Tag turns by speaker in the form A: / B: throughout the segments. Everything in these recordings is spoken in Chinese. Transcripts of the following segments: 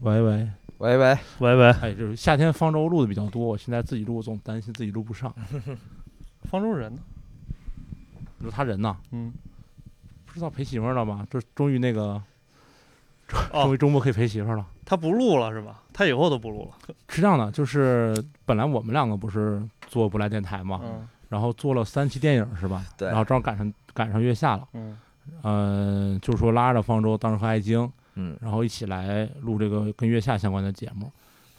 A: 喂喂，
B: 喂喂，
C: 喂喂，
A: 哎，就是夏天方舟录的比较多，我现在自己录总担心自己录不上。
C: 方舟人呢？
A: 你说他人呢？
C: 嗯，
A: 不知道陪媳妇儿了吗？这终于那个，
C: 哦
A: 终于周末可以陪媳妇儿了。
C: 他不录了是吧？他以后都不录了。
A: 是这样的，就是本来我们两个不是做不来电台嘛，
C: 嗯
A: 然后做了三期电影是吧？
B: 对
A: 然后正好赶上赶上月下了，
C: 嗯
A: 呃，就是说拉着方舟当时和艾晶，
B: 嗯
A: 然后一起来录这个跟月下相关的节目。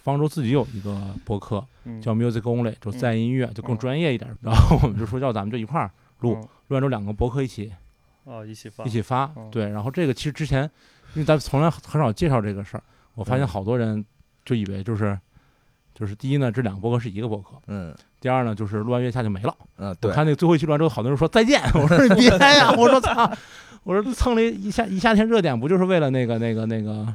A: 方舟自己有一个博客
C: 嗯，
A: 叫 Music Only，就在音乐，就更
C: 嗯
A: 专业一点。然后我们就说要咱们就一块儿录，录
C: 嗯
A: 完之后两个博客一起
C: 哦，一起发
A: 一起发。
C: 嗯
A: 对，然后这个其实之前，因为咱们从来很少介绍这个事儿，我发现
B: 嗯
A: 好多人就以为就是，就是第一呢，这两个博客是一个博客；
B: 嗯
A: 第二呢，就是录完月下就没了。
B: 嗯，
A: 我
B: 对，
A: 看那个最后一期录完之后，好多人说再见，我说你别呀，我说操，我说蹭了一夏一夏天热点，不就是为了那个那个那个，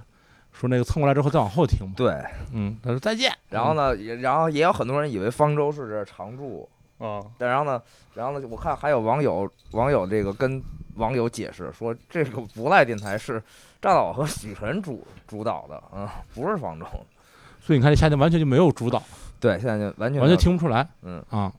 A: 说那个蹭过来之后再往后听吗？
B: 对，
A: 嗯，他说再见，
B: 然后
A: 嗯
B: 呢，也然后也有很多人以为方舟是这儿常住，
C: 哦，
B: 但然后呢，然后呢，我看还有网友网友这个跟网友解释说，这个不赖电台是赵导和许晨主主导的，嗯，不是方舟，
A: 嗯所以你看这夏天完全就没有主导，
B: 对，现在就完全
A: 完全听不出来，
B: 嗯
A: 啊。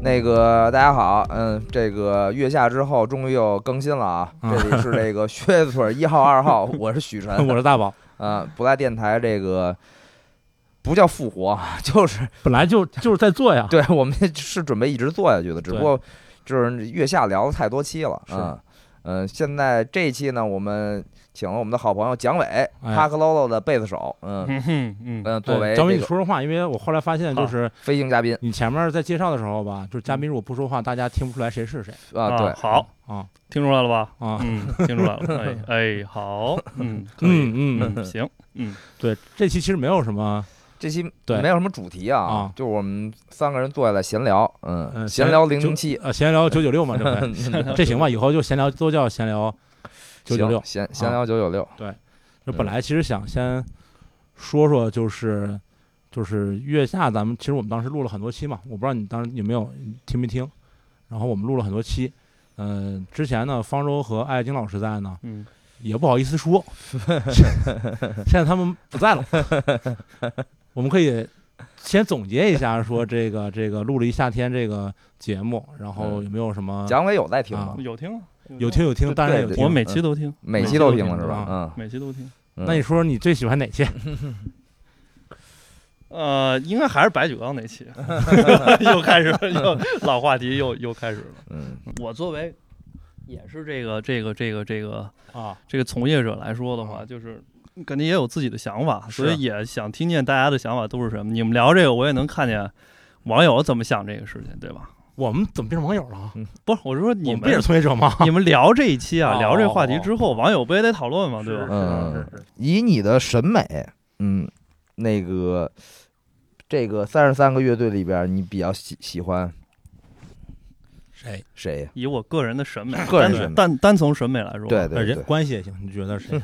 B: 那个大家好，嗯，这个月下之后终于又更新了啊，
A: 嗯
B: 这里是 这个靴子腿一号、二号， 我是许晨，
A: 我是大宝，
B: 啊、不赖电台这个不叫复活啊，就是
A: 本来就就是在做 呀，
B: 对我们是准备一直做下去的，只不
A: 对
B: 过就是月下聊了太多期了，
A: 是
B: 嗯嗯、现在这一期呢，我们请了我们的好朋友蒋伟，
A: 哎
B: 帕克 Lolo 的贝斯手，嗯
C: 嗯哼嗯，
A: 呃
B: 嗯，作为
A: 张伟，
B: 这
A: 你
B: 个
A: 说说话，因为我后来发现，就是
B: 飞行嘉宾
A: 你前面在介绍的时候吧，就是嘉宾如果不说话，大家听不出来谁是谁
B: 啊，对，
C: 好，
A: 啊
C: 听出来了吧？
A: 啊。
C: 嗯，听出 来了。哎哎，好，嗯可以，
A: 嗯嗯，
C: 嗯行，嗯
A: 对，这期其实没有什么，
B: 这期
A: 对
B: 没有什么主题啊，
A: 啊
B: 就是我们三个人坐下来闲聊，嗯，
A: 嗯，
B: 闲聊零
A: 就
B: 零七，嗯
A: 呃，闲聊九九六嘛，这 回这行吧，以后就闲聊都叫闲聊 九九六啊
B: 行。闲闲聊九九六，
A: 就本来其实想先说说，就是就是月下，咱们其实我们当时录了很多期嘛，我不知道你当时有没有听没听，然后我们录了很多期。嗯、之前呢，方舟和艾晶老师在呢，
C: 嗯，
A: 也不好意思 说，现在他们不在了，我们可以先总结一下，说这个这个录了一夏天这个节目，然后有没有什么
B: 蒋伟有在听
A: 啊
B: 吗？
C: 有听啊
A: 有，听有嗯听，当然有
B: 嗯对嗯
A: 听
C: 我。每期都听，
B: 每期
C: 期
B: 都
C: 都
B: 听
C: 听
B: 了是吧？嗯，
C: 每期都听。
A: 啊
B: 嗯
A: 那你说说你最喜欢哪些？
C: 呃，应该还是白酒缸那 期， 又开始又老话题又又开始了。
B: 嗯
C: 我作为也是这个这个这个这个
B: 嗯
A: 啊，
C: 这个从业者来说的话，就是肯定也有自己的想法，
A: 嗯是
C: 所以也想听见大家的想法都是什么。你们聊这个，我也能看见网友怎么想这个事情，对吧？
A: 我们怎么变成网友了啊？
B: 嗯
C: 不是，我是说你
A: 我
C: 们
A: 不也是从业者吗？
C: 你们聊这一期啊，
A: 哦
C: 聊这话题之后，网友不也得讨论吗？对吧？
B: 嗯
A: 是是是是
B: 以你的审美，嗯，那个这个三十三个乐队里边，你比较喜喜欢
A: 谁？
B: 谁呀？
C: 以我个人的审美，
B: 个人审美
C: 单单单从审美来说，
B: 对
A: 呃
B: 对
A: 人
B: 对，
A: 关系也行，你觉得
B: 嗯
A: 谁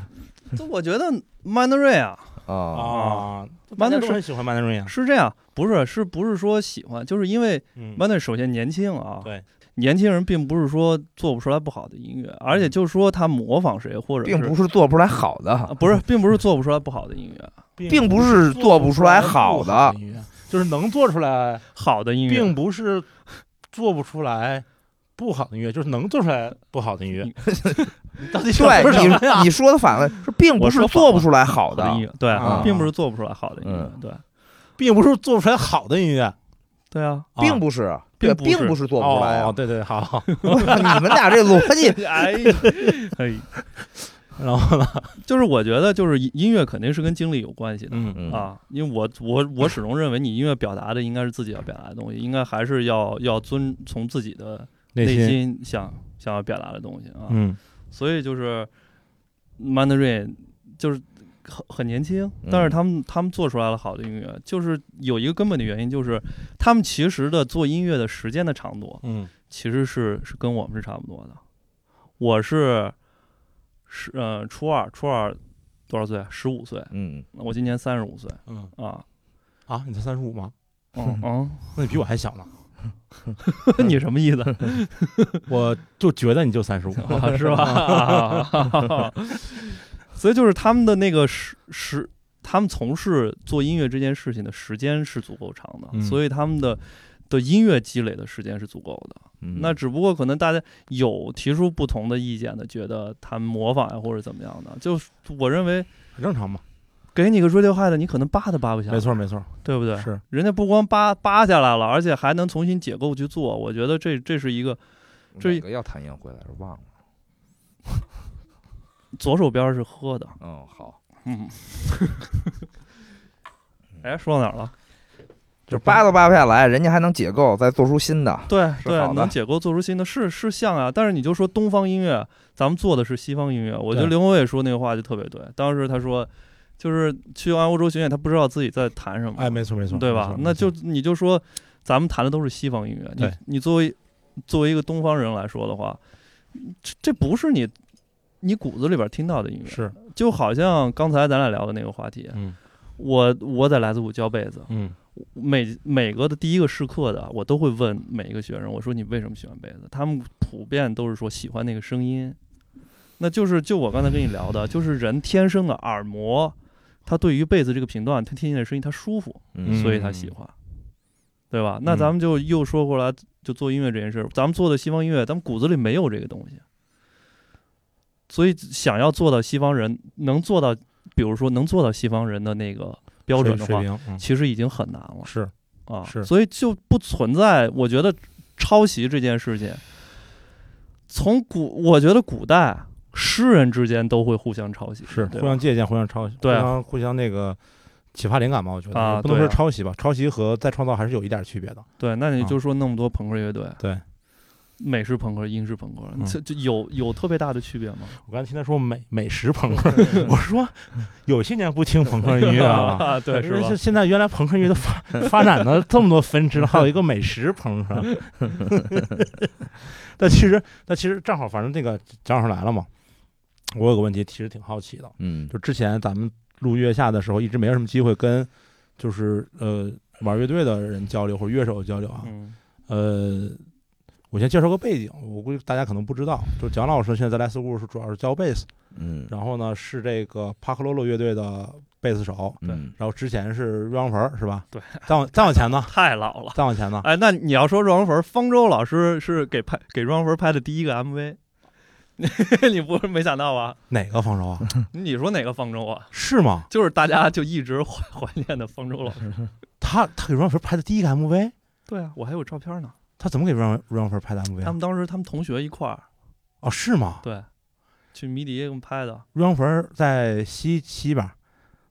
C: 就我觉得 Man r a 啊
B: 啊，
A: 啊？
C: 曼德
A: 大家都
C: 顺
A: 很喜欢曼德瑞呀。啊
C: 是这样，不是是不是说喜欢，就是因为
A: 嗯
C: Man r a 首先年轻啊，
A: 对，嗯
C: 年轻人并不是说做不出来不好的音乐，而且就是说他模仿谁或者
B: 并
C: 是
B: 不是做不出来好的，
C: 啊，不是，并不是做不出来不好的音乐，
B: 并不是做不出来好
A: 不
B: 的
A: 的音乐，就是能做出来，
C: 好的音乐
A: 并不是做不出来不好的音乐， 就是能做出来不好的音乐。
C: 嗯
A: 你到底想说什么
B: 对
A: 呀
B: 你？你说的反了，是并不
C: 我
B: 是
C: 说反
B: 做不出来好
C: 好
B: 的
C: 的音乐，对
A: 啊，
C: 并不是做不出来好的音乐
B: 嗯，
C: 对，
A: 并不是做不出来好的音乐，啊
C: 对啊，
B: 并不是，
C: 并
B: 对
C: 不
B: 并
C: 是
B: 不是做 不出来
A: 哦
B: 啊！
A: 对对，好，
B: 我操你们俩这逻辑，
C: 哎哎，哎，
A: 然后呢，
C: 就是我觉得就是音音乐肯定是跟经历有关系的。
A: 嗯
B: 嗯
C: 啊，因为我我我始终认为，你音乐表达的应该是自己要表达的东西，应该还是要要遵从自己的
A: 内
C: 内
A: 心，
C: 心想想要表达的东西啊。
A: 嗯
C: 所以就是 Mandarin 就是很很年轻，但是他们、他们做出来了好的音乐，就是有一个根本的原因，就是他们其实的做音乐的时间的长度
A: 嗯
C: 其实是是跟我们是差不多的。我是是呃初二，初二多少岁？啊十五岁，
B: 嗯，
C: 我今年三十五岁
A: 嗯
C: 啊。
A: 啊，你才三十五吗？
C: 嗯嗯，
A: 那你比我还小 呢，
C: 你什么意思？
A: 我就觉得你就三十五，
C: 啊是吧？ 所以就是他们的那个时时，他们从事做音乐这件事情的时间是足够长的，
A: 嗯
C: 所以他们的的音乐积累的时间是足够的。
B: 嗯
C: 那只不过可能大家有提出不同的意见的，觉得他们模仿呀或者怎么样的，就是我认为
A: 很正常嘛。
C: 给你个 Radiohead，你可能扒都扒不下来
A: 没，错没错，
C: 对不对？
A: 是
C: 人家不光扒扒下来了，而且还能重新解构去做，我觉得这这是一个这
B: 哪个要弹烟灰来着？忘了。
C: 左手边是喝的，
B: 嗯，好，
C: 嗯，
A: 嗯
C: 哎，说到哪儿了？
B: 就扒都扒不下来，人家还能解构，再做出新的。
C: 对
B: 是
C: 对
B: 好，的
C: 能解构做出新的是是像啊，但是你就说东方音乐，咱们做的是西方音乐。我觉得
A: 对
C: 刘宏伟说那个话就特别对，当时他说，就是去完欧洲巡演，他不知道自己在弹什么，
A: 哎，没错没错，
C: 嗯对
A: 没
C: 吧
A: 错？
C: 那就
A: 没错
C: 你就说，咱们弹的都是西方音乐，你
A: 对
C: 你作为作为一个东方人来说的话，这这不是你你骨子里边听到的音乐，
A: 是
C: 就好像刚才咱俩聊的那个话题，
A: 嗯
C: 我我在来自五教被子，
A: 嗯
C: 每每个的第一个试课的，我都会问每一个学生，我说你为什么喜欢贝斯？他们普遍都是说喜欢那个声音。那就是就我刚才跟你聊的，就是人天生的耳膜，他对于贝斯这个频段，他听见的声音他舒服，
A: 嗯
C: 所以他喜欢，对吧？那咱们就又说回来，就做音乐这件事，咱们做的西方音乐，咱们骨子里没有这个东西，所以想要做到西方人能做到，比如说能做到西方人的那个标准的
A: 水
C: 话，
A: 平嗯
C: 其实已经很难了。
A: 是
C: 啊，
A: 是
C: 所以就不存在。我觉得抄袭这件事情，从古我觉得古代诗人之间都会互相抄袭，
A: 是
C: 对
A: 互
C: 吧
A: 相借鉴，互相抄袭，
C: 对啊
A: 互相互相那个启发灵感吧，我觉得
C: 啊
A: 不能说
C: 对啊
A: 抄袭吧，抄袭和再创造还是有一点区别的。
C: 对。那你就说那么多朋克乐队，
A: 啊对，
C: 美式朋克、英式朋克，
A: 嗯
C: 这这有有特别大的区别 吗？
A: 我刚才听他说美美食朋克，我说有些年不听朋克音乐了。
C: 啊，对，是吧
A: 就？现在原来朋克音乐都发发展了这么多分支了，还有一个美食朋克。 但其实，但其实正好，反正这个正好来了嘛。我有个问题，其实挺好奇的，
B: 嗯
A: 就之前咱们录月下的时候，一直没有什么机会跟就是呃玩乐队的人交流或者乐手交流啊。
C: 嗯
A: 呃，我先介绍个背景，我估计大家可能不知道，就蒋老师现在在莱斯库是主要是教贝斯，
B: 嗯
A: 然后呢是这个帕克罗洛乐队的贝斯手，
B: 嗯，
A: 然后之前是鸳鸯盆儿是吧？
C: 对，
A: 再往再往前呢，
C: 太老了。
A: 再往前呢，
C: 哎，那你要说阮文，方舟老师是给拍给阮文拍的第一个 MV，你不是没想到吧？
A: 哪个方舟 啊？
C: 你说哪个方舟啊？
A: 是吗？
C: 就是大家就一直怀怀念的方舟老师。
A: 他他给鸳鸯盆儿拍的第一个 MV，
C: 对啊，我还有照片呢。
A: 他怎么给鸳鸯鸳鸯盆儿拍的 MV
C: 他
A: 啊？
C: 们当时他们同学一块儿，
A: 哦，是吗？
C: 对，去迷笛给我们拍的。
A: 鸳鸯盆儿在西西边儿，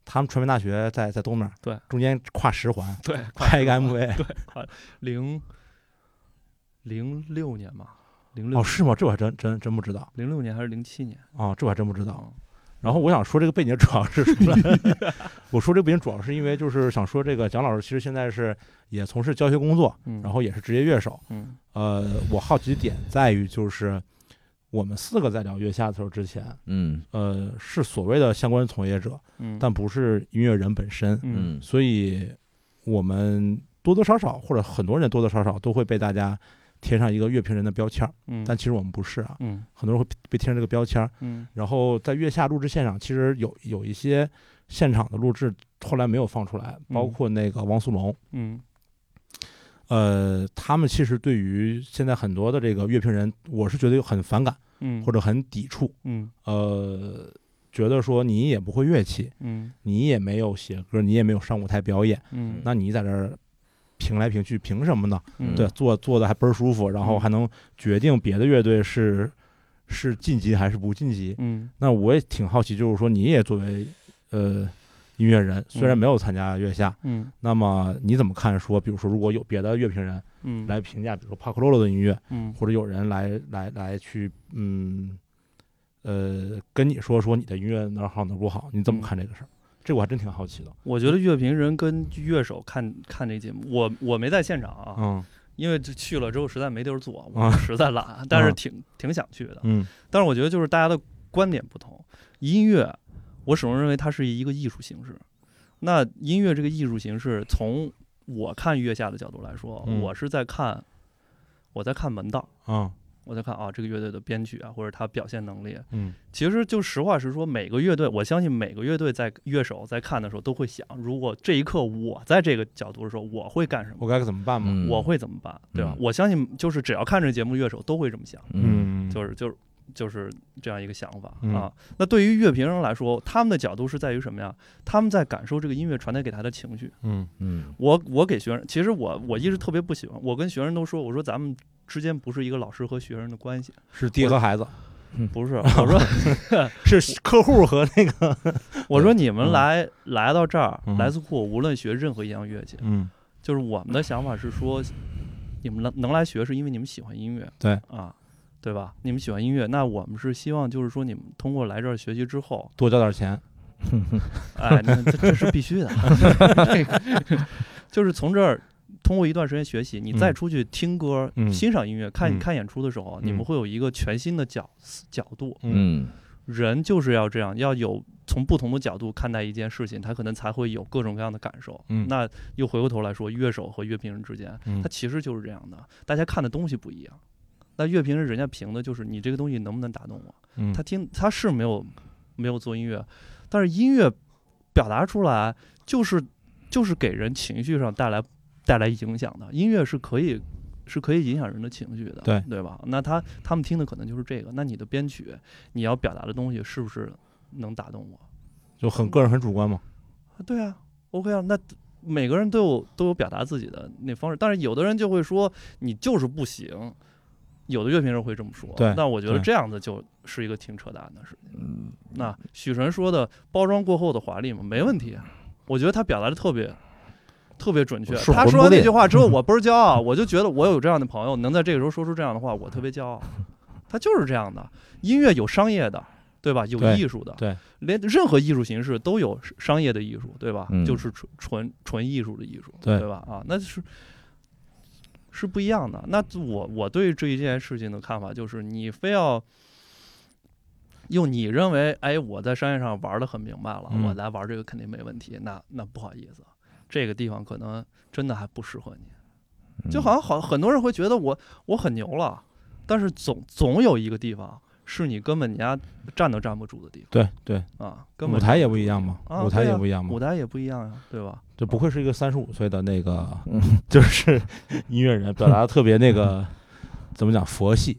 A: 他们传媒大学在在东面，
C: 对，
A: 中间跨十环
C: 对，
A: 拍一个 MV。
C: 零零六年吧，零
A: 哦，
C: 六
A: 是吗？这我还真真真不知道
C: 零六年还是零七年？
A: 啊、哦这我还真不知道。
C: 嗯
A: 然后我想说这个背景主要是什么呢？ 我说这个背景主要是因为就是想说这个蒋老师其实现在是也从事教学工作，
C: 嗯，
A: 然后也是职业乐手。
C: 嗯
A: 呃，我好奇的点在于就是我们四个在聊月下的时候之前，
B: 嗯
A: 呃，是所谓的相关从业者，
C: 嗯，
A: 但不是音乐人本身，
C: 嗯
A: 所以我们多多少少或者很多人多多少少都会被大家贴上一个乐评人的标签儿，
C: 嗯，
A: 但其实我们不是啊，
C: 嗯
A: 很多人会被贴上这个标签儿。
C: 嗯
A: 然后在月下录制现场，其实有有一些现场的录制后来没有放出来，包
C: 嗯
A: 括那个王苏龙，
C: 嗯
A: 呃，他们其实对于现在很多的这个乐评人，我是觉得很反感
C: 嗯，
A: 或者很抵触，
C: 嗯
A: 呃，觉得说你也不会乐器，
C: 嗯
A: 你也没有写歌，你也没有上舞台表演，
C: 嗯，
A: 那你在这儿。评来评去，凭什么呢？
C: 嗯
A: 对，做做的还倍儿舒服，然后还能决定别的乐队是是晋级还是不晋级。
C: 嗯
A: 那我也挺好奇，就是说你也作为呃音乐人，虽然
C: 嗯
A: 没有参加月下，
C: 嗯
A: 那么你怎么看说，比如说如果有别的乐评人
C: 嗯，
A: 来评价，比如说帕克洛洛的音乐，
C: 嗯
A: 或者有人来来来去嗯呃跟你说说你的音乐哪儿好哪儿不好，你怎么
C: 嗯
A: 看这个事儿？这我还真挺好奇的。
C: 我觉得乐评人跟乐手看看这节目，我我没在现场啊，
A: 嗯
C: 因为这去了之后实在没地儿坐，
A: 啊
C: 我实在懒，但是挺挺想去的。
A: 嗯
C: 但是我觉得就是大家的观点不同，音乐我始终认为它是一个艺术形式。那音乐这个艺术形式，从我看月下的角度来说，
A: 嗯
C: 我是在看我在看门道，
A: 嗯
C: 我在看啊这个乐队的编曲啊，或者他表现能力。啊
A: 嗯
C: 其实就实话实说，每个乐队，我相信每个乐队在乐手在看的时候都会想，如果这一刻我在这个角度的时候，我会干什么？
A: 我该怎么办嘛？
B: 嗯
C: 我会怎么办，对吧？
B: 嗯
C: 我相信，就是只要看这节目，乐手都会这么想，
A: 嗯
C: 就是就是就是这样一个想法、
A: 嗯
C: 啊。那对于乐评人来说，他们的角度是在于什么呀？他们在感受这个音乐传达给他的情绪。
A: 嗯
B: 嗯
C: 我我给学生，其实我我一直特别不喜欢，我跟学生都说，我说咱们之间不是一个老师和学生的关系，
A: 是爹和孩子，
C: 不
A: 啊
C: 是，我说
A: 是客户和那个
C: 我说你们
A: 嗯
C: 来、来到这儿，
A: 嗯
C: 来自库，无论学任何一样乐器，
A: 嗯
C: 就是我们的想法是说，你们能能来学是因为你们喜欢音乐，
A: 对
C: 啊，对吧？你们喜欢音乐，那我们是希望就是说你们通过来这儿学习之后，
A: 多交点钱。
C: 哎，那这这是必须的， 这个就是从这儿。通过一段时间学习，你再
A: 嗯
C: 出去听歌、
A: 嗯
C: 欣赏音乐、看
A: 嗯
C: 看演出的时候，你
A: 嗯
C: 们会有一个全新的角角度。
B: 嗯
C: 人就是要这样，要有从不同的角度看待一件事情，他可能才会有各种各样的感受。
A: 嗯
C: 那又回过头来说，乐手和乐评人之间，
A: 嗯
C: 它其实就是这样的，大家看的东西不一样。那乐评人人家评的就是你这个东西能不能打动我，
A: 嗯
C: 他听他是没有没有做音乐，但是音乐表达出来就是就是给人情绪上带来带来影响的，音乐是可以。是可以影响人的情绪的，
A: 对
C: 对吧？那他他们听的可能就是这个。那你的编曲，你要表达的东西是不是能打动我？
A: 就很个人很主观嘛。
C: 啊，对啊，OK 啊，那每个人都有都有表达自己的那方式，但是有的人就会说你就是不行，有的乐评人会这么说。
A: 对
C: 那我觉得
A: 对
C: 这样子就是一个挺扯淡的事情。
B: 嗯
C: 那许晨说的包装过后的华丽嘛，没问题，我觉得他表达的特别。特别准确。
B: 是
C: 他
B: 魂
C: 说
B: 不
C: 完那
B: 吝嗯
C: 句话之后，我倍儿骄傲，我就觉得我有这样的朋友，能在这个时候说出这样的话，我特别骄傲。他就是这样的，音乐有商业的，对吧？有
A: 对
C: 艺术的，
A: 对
C: 连任何艺术形式都有商业的艺术，对吧？
B: 嗯
C: 就是纯纯纯艺术的艺术，
A: 对
C: 吧？啊，那是是不一样的。那我我对这一件事情的看法就是，你非要用你认为，哎，我在商业上玩的很明白了，
A: 嗯
C: 我来玩这个肯定没问题。那那不好意思，这个地方可能真的还不适合你。
B: 嗯
A: 嗯
C: 就好像好很多人会觉得我我很牛了，但是总总有一个地方是你根本你家站都站不住的地方。
A: 对对，
C: 啊，根
A: 舞
C: 本
A: 台
C: 就
A: 也
C: 不
A: 不一样嘛，
C: 啊
A: 舞台
C: 对
A: 也
C: 啊
A: 不一样嘛
C: 舞。台也不一样呀，对吧？
A: 就不愧是一个三十五岁的那个，
B: 嗯
A: 就是音乐人，表达得特别那个，怎么讲佛系，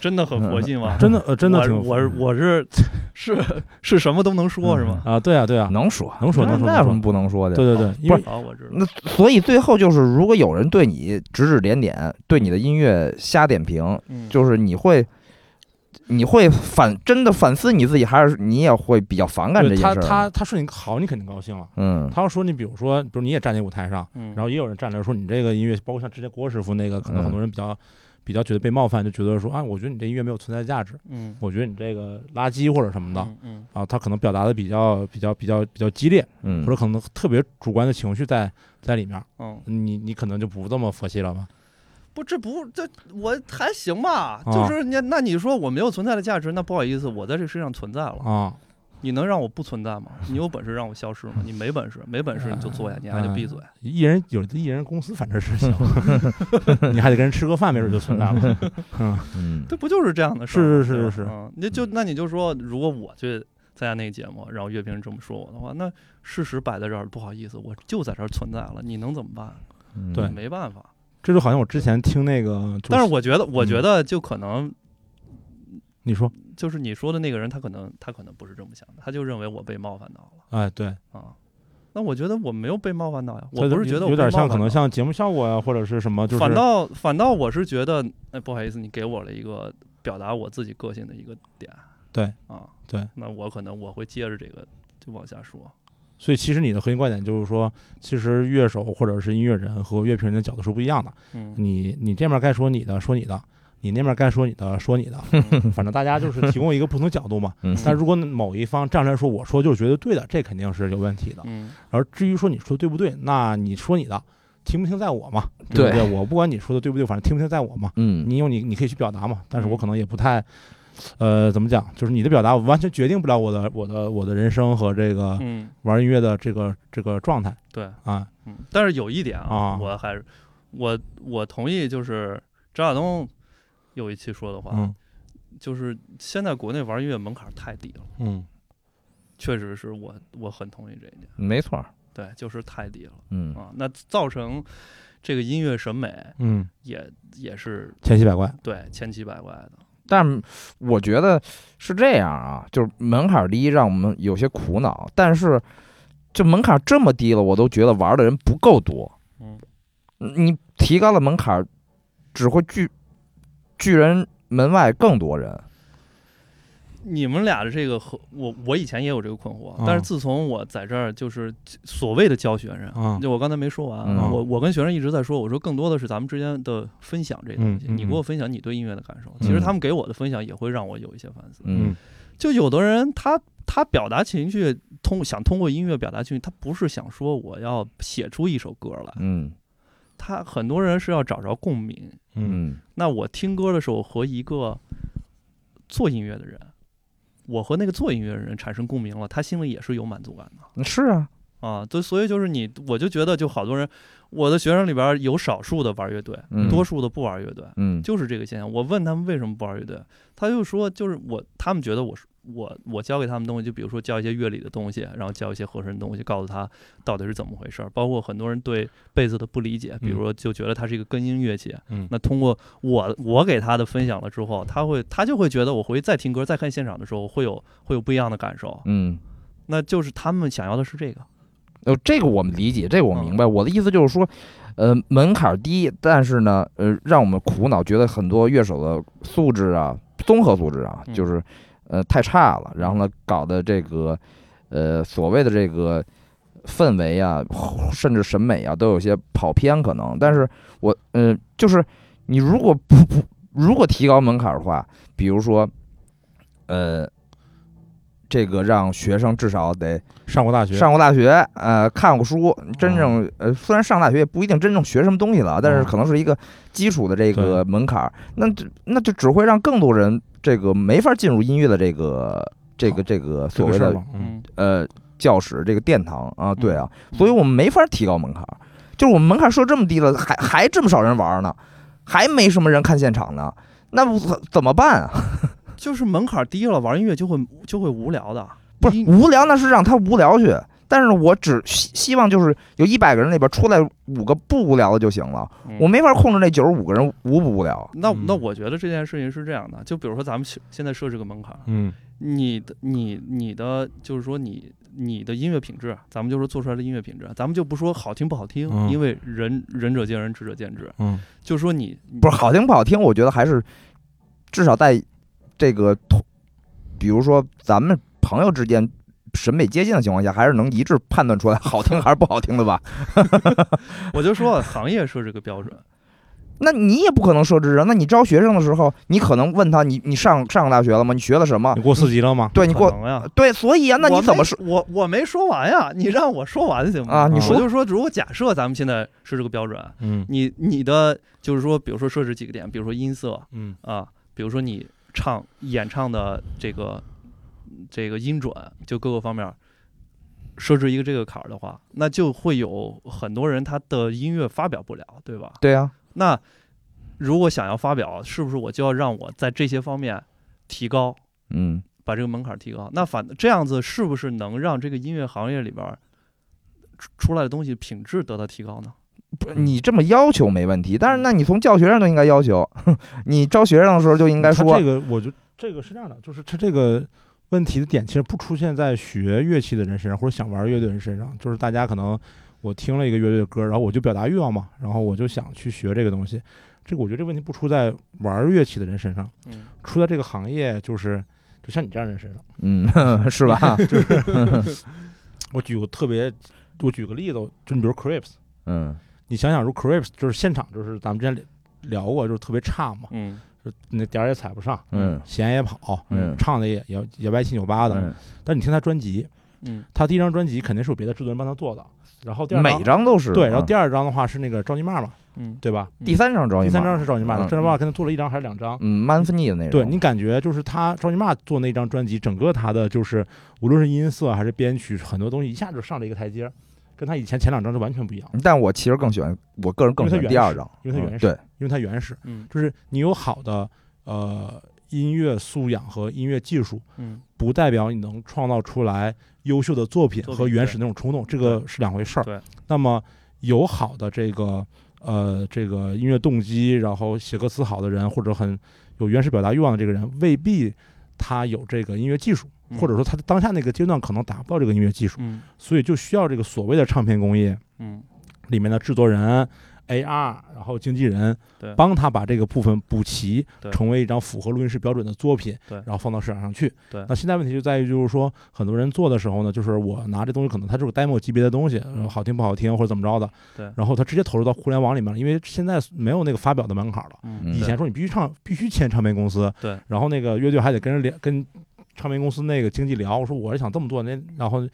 C: 真的很佛系吗？
A: 真的呃真的
C: 我是
A: 挺
C: 我是我是是 是什么都能说是吗？
A: 啊对啊对啊，
B: 能说
A: 能说能说
B: 那
A: 能
B: 有
A: 说
B: 什么不能说的？
A: 对对对，因
B: 不
A: 为
B: 是
C: 啊，我知道。
B: 那所以最后就是，如果有人对你指指点点，对你的音乐瞎点评，
C: 嗯，
B: 就是你会，你会反真的反思你自己，还是你也会比较反感这
A: 对
B: 件
A: 他
B: 事儿？
A: 他他说你好，你肯定高兴了。
B: 嗯
A: 他要说你，比如说，比如你也站在舞台上，
C: 嗯，
A: 然后也有人站来说你这个音乐，包括像之前郭师傅那个，可能很多人比较比较觉得被冒犯，就觉得说啊，我觉得你这音乐没有存在价值，
C: 嗯，
A: 我觉得你这个垃圾或者什么的
C: 嗯嗯
A: 啊，他可能表达的比较比较比较比较激烈，
B: 嗯
A: 或者可能特别主观的情绪在在里面，
C: 嗯，
A: 你你可能就不这么佛系了吧？
C: 不，这不这我还行吧，
A: 啊
C: 就是你那你说我没有存在的价值，那不好意思，我在这世上存在了，
A: 啊，
C: 你能让我不存在吗？你有本事让我消失吗？你没本事，没本事你就坐下，
A: 啊
C: 你还得闭嘴。啊
A: 艺人有的艺人公司反正是 行，你还得跟人吃个饭，没准就存在了。
B: 嗯
C: 这不就是这样的事儿
A: 是是
C: 吗？
A: 是
C: 对吧
A: 是
C: 嗯，那就那你就说，如果我去参加那个节目，然后乐评人这么说我的话，那事实摆在这儿，不好意思，我就在这儿存在了，你能怎么办？
B: 嗯
A: 对
C: 没办法。
A: 这就好像我之前听那个，就
C: 但是我觉得，我觉
A: 嗯
C: 得就可能
A: 你说，
C: 就是你说的那个人，他可能他可能不是这么想的，他就认为我被冒犯到
A: 哎，对，
C: 了啊。那我觉得我没有被冒犯到呀，
A: 它
C: 我不
A: 有
C: 是觉得我
A: 有
C: 被
A: 点
C: 冒
A: 像
C: 犯
A: 可能
C: 到啊
A: 像节目效果呀、或者是什么，就是
C: 反倒反倒我是觉得，哎，不好意思，你给我了一个表达我自己个性的一个点。
A: 对
C: 啊，
A: 对，
C: 那我可能我会接着这个就往下说。
A: 所以其实你的核心观点就是说，其实乐手或者是音乐人和乐评人的角度是不一样的。
C: 嗯，
A: 你你这面该说你的，说你的；你那面该说你的，说你 的。反正大家就是提供一个不同角度嘛。
B: 嗯
A: 但如果某一方站出来说我说就是绝对对的，这肯定是有问题的。
C: 嗯
A: 而至于说你说的对不对，那你说你的，听不听在我嘛，对不对？我不管你说的对不对，反正听不听在我嘛。
B: 嗯
A: 你有你你可以去表达嘛，但是我可能也不太，呃，怎么讲？就是你的表达我完全决定不了我的我的我的人生和这个
C: 嗯，
A: 玩音乐的这个这个状态
C: 对，
A: 啊。
C: 嗯，但是有一点啊，
A: 啊
C: 我还是我我同意，就是张亚东有一期说的话，
A: 嗯
C: 就是现在国内玩音乐门槛太低了，
A: 嗯
C: 确实是我我很同意这一点，
B: 没错儿，
C: 对，就是太低了
B: 嗯
C: 啊，那造成这个音乐审美
A: 嗯，
C: 也也是
A: 千奇百怪。
C: 对千奇百怪的，
B: 但我觉得是这样啊，就是门槛低让我们有些苦恼，但是这门槛这么低了，我都觉得玩的人不够多。
C: 嗯，
B: 你提高了门槛，只会拒拒人门外更多人。
C: 你们俩的这个和我，我以前也有这个困惑，
A: 嗯
C: 但是自从我在这儿就是所谓的教学生，
A: 嗯
C: 就我刚才没说完，啊
B: 嗯
C: 我我跟学生一直在说，我说更多的是咱们之间的分享这个东西，
A: 嗯嗯
C: 你给我分享你对音乐的感受，其
B: 嗯
C: 实他们给我的分享也会让我有一些反思。
B: 嗯
C: 就有的人他他表达情绪，通想通过音乐表达情绪，他不是想说我要写出一首歌来，
B: 嗯
C: 他很多人是要找着共鸣。
A: 嗯
B: 嗯
C: 那我听歌的时候和一个做音乐的人，我和那个做音乐的人产生共鸣了，他心里也是有满足感的
B: 嗯，是啊，
C: 啊。对，所以就是你，我就觉得就好多人，我的学生里边有少数的玩乐队，
B: 嗯
C: 多数的不玩乐队，
B: 嗯
C: 就是这个现象。我问他们为什么不玩乐队，他就说就是我，他们觉得我是。我我教给他们东西，就比如说教一些乐理的东西，然后教一些和声的东西，告诉他到底是怎么回事儿。包括很多人对贝斯的不理解，
B: 嗯
C: 比如说就觉得它是一个根音乐器，
A: 嗯
C: 那通过我我给他的分享了之后，他会他就会觉得我回去再听歌、再看现场的时候，会有会有不一样的感受。
B: 嗯。
C: 那就是他们想要的是这个，
B: 呃，这个我们理解，这个我明白。我的意思就是说，呃，门槛低，但是呢，呃，让我们苦恼，觉得很多乐手的素质啊，综合素质啊，
C: 嗯
B: 就是呃太差了。然后呢，搞的这个呃所谓的这个氛围啊，甚至审美啊，都有些跑偏可能。但是我呃，就是你如果不不如果提高门槛的话，比如说呃。这个让学生至少得
A: 上过大学，
B: 上过大学，呃，看过书，真
A: 哦
B: 正呃，虽然上大学也不一定真正学什么东西了，但是
A: 嗯
B: 可能是一个基础的这个门槛儿，那就那就只会让更多人这个没法进入音乐的这个这个这个
A: 这
B: 所
A: 个
B: 谓
A: 事儿
B: 的
A: 嘛。嗯，
B: 呃教室这个殿堂啊，对啊，所以
C: 嗯
B: 我们没法提高门槛儿，就是我们门槛儿设这么低了，还还这么少人玩儿呢，还没什么人看现场呢，那我怎么办啊？
C: 嗯就是门槛低了，玩音乐就会就会无聊的。
B: 不是
C: 你
B: 无聊，那是让他无聊去。但是我只希希望就是有一百个人里边出来五个不无聊的就行了，
C: 嗯
B: 我没法控制那九十五个人无不无聊。
C: 那那
A: 嗯
C: 我觉得这件事情是这样的，就比如说咱们现现在设置个门槛，
A: 嗯
C: 你的你你的就是说你你的音乐品质，啊咱们就说做出来的音乐品质，咱们就不说好听不好听，
A: 嗯
C: 因为仁仁者见仁，智者见智，
A: 嗯
C: 就说你
B: 不是好听不好听，我觉得还是至少在这个同，比如说咱们朋友之间审美接近的情况下，还是能一致判断出来好听还是不好听的 吧。
C: 我就说行业设置个标准，
B: 那你也不可能设置啊。那你招学生的时候，你可能问他你你上上大学了吗？你学了什么
A: 你？过四级了吗？
B: 对你
C: 可
B: 过
C: 能呀。
B: 对，所以啊，那你
C: 我
B: 怎么
C: 没
B: 说？
C: 我我没说完呀，你让我说完行吗？
B: 啊你
C: 我
B: 说
C: 就说，如果假设咱们现在是这个标准，啊
A: 嗯
C: 你你的就是说，比如说设置几个点，比如说音色
A: 嗯
C: 啊，比如说你唱演唱的这个这个音准，就各个方面设置一个这个坎儿的话，那就会有很多人他的音乐发表不了，对吧？
B: 对啊，
C: 那如果想要发表，是不是我就要让我在这些方面提高？
B: 嗯
C: 把这个门槛提高。那反这样子是不是能让这个音乐行业里边儿出出来的东西品质得到提高呢？
B: 不是你这么要求没问题，但是那你从教学上就应该要求， 你招学生的时候就应该
A: 他
B: 说
A: 这，个，我觉得这个是这样的，就是他这个问题的点其实不出现在学乐器的人身上，或者想玩乐队的人身上，就是大家可能我听了一个乐队的歌，然后我就表达欲望嘛，然后我就想去学这个东西。这个我觉得这个问题不出在玩乐器的人身上，
C: 嗯
A: 出在这个行业就是就像你这样的人身上。
B: 嗯， 是吧？
A: 我举个特别，我举个例子，哦就你比如 Crips，
B: 嗯
A: 你想想，如 Crips 就是现场就是咱们之前聊过，就是特别差嘛，
C: 嗯
A: 就那点儿也踩不上，
B: 嗯
A: 弦也跑，
B: 嗯
A: 唱的也也也歪七扭八的。
B: 嗯，
A: 但你听他专辑，
C: 嗯
A: 他第一张专辑肯定是有别的制作人帮他做的，然后第二
B: 每
A: 张
B: 张都是
A: 对，然后
B: 嗯
A: 第二张的话是那个赵尼玛嘛，
C: 嗯，
A: 对吧？
B: 第三张找
A: 第
B: 你
A: 三
B: 买
A: 张是赵尼玛的，
B: 嗯
A: 赵尼玛跟他做了一张还是两张？
B: 嗯 m a n f n y 的那种，
A: 对你感觉就是他赵尼玛做那张专辑，整个他的就是无论是音色还是编曲，很多东西一下就上了一个台阶儿，跟他以前前两张是完全不一样，
B: 但我其实更喜欢，我个人更喜
A: 因
B: 欢
A: 为它
B: 第
A: 原
B: 二
A: 始
B: 张，
A: 因为它
B: 嗯
A: 原始
B: 对，
A: 因为他原始
C: 嗯
A: 就是你有好的呃音乐素养和音乐技术，
C: 嗯
A: 不代表你能创造出来优秀的作品
C: 作品
A: 和原始那种冲动，这个是两回事儿。
C: 对，
A: 那么有好的这个呃这个音乐动机，然后写歌词好的人，或者很有原始表达欲望的这个人，未必他有这个音乐技术，
C: 嗯
A: 或者说他当下那个阶段可能达不到这个音乐技术，
C: 嗯
A: 所以就需要这个所谓的唱片工业
C: 嗯
A: 里面的制作人。AR，然后经纪人
C: 对
A: 帮他把这个部分补齐
C: 对，
A: 成为一张符合录音室标准的作品，
C: 对
A: 然后放到市场上去。
C: 对
A: 那现在问题就在于，就是说很多人做的时候呢，就是我拿这东西可能它就是 demo 级别的东西，然后好听不好听或者怎么着的，
C: 嗯对
A: 然后他直接投入到互联网里面了，因为现在没有那个发表的门槛了。
C: 嗯，
A: 以前说你必须唱，必须签唱片公司，
C: 对，
A: 然后那个乐队还得跟人聊，跟唱片公司那个经纪聊，我说我是想这么做，那然后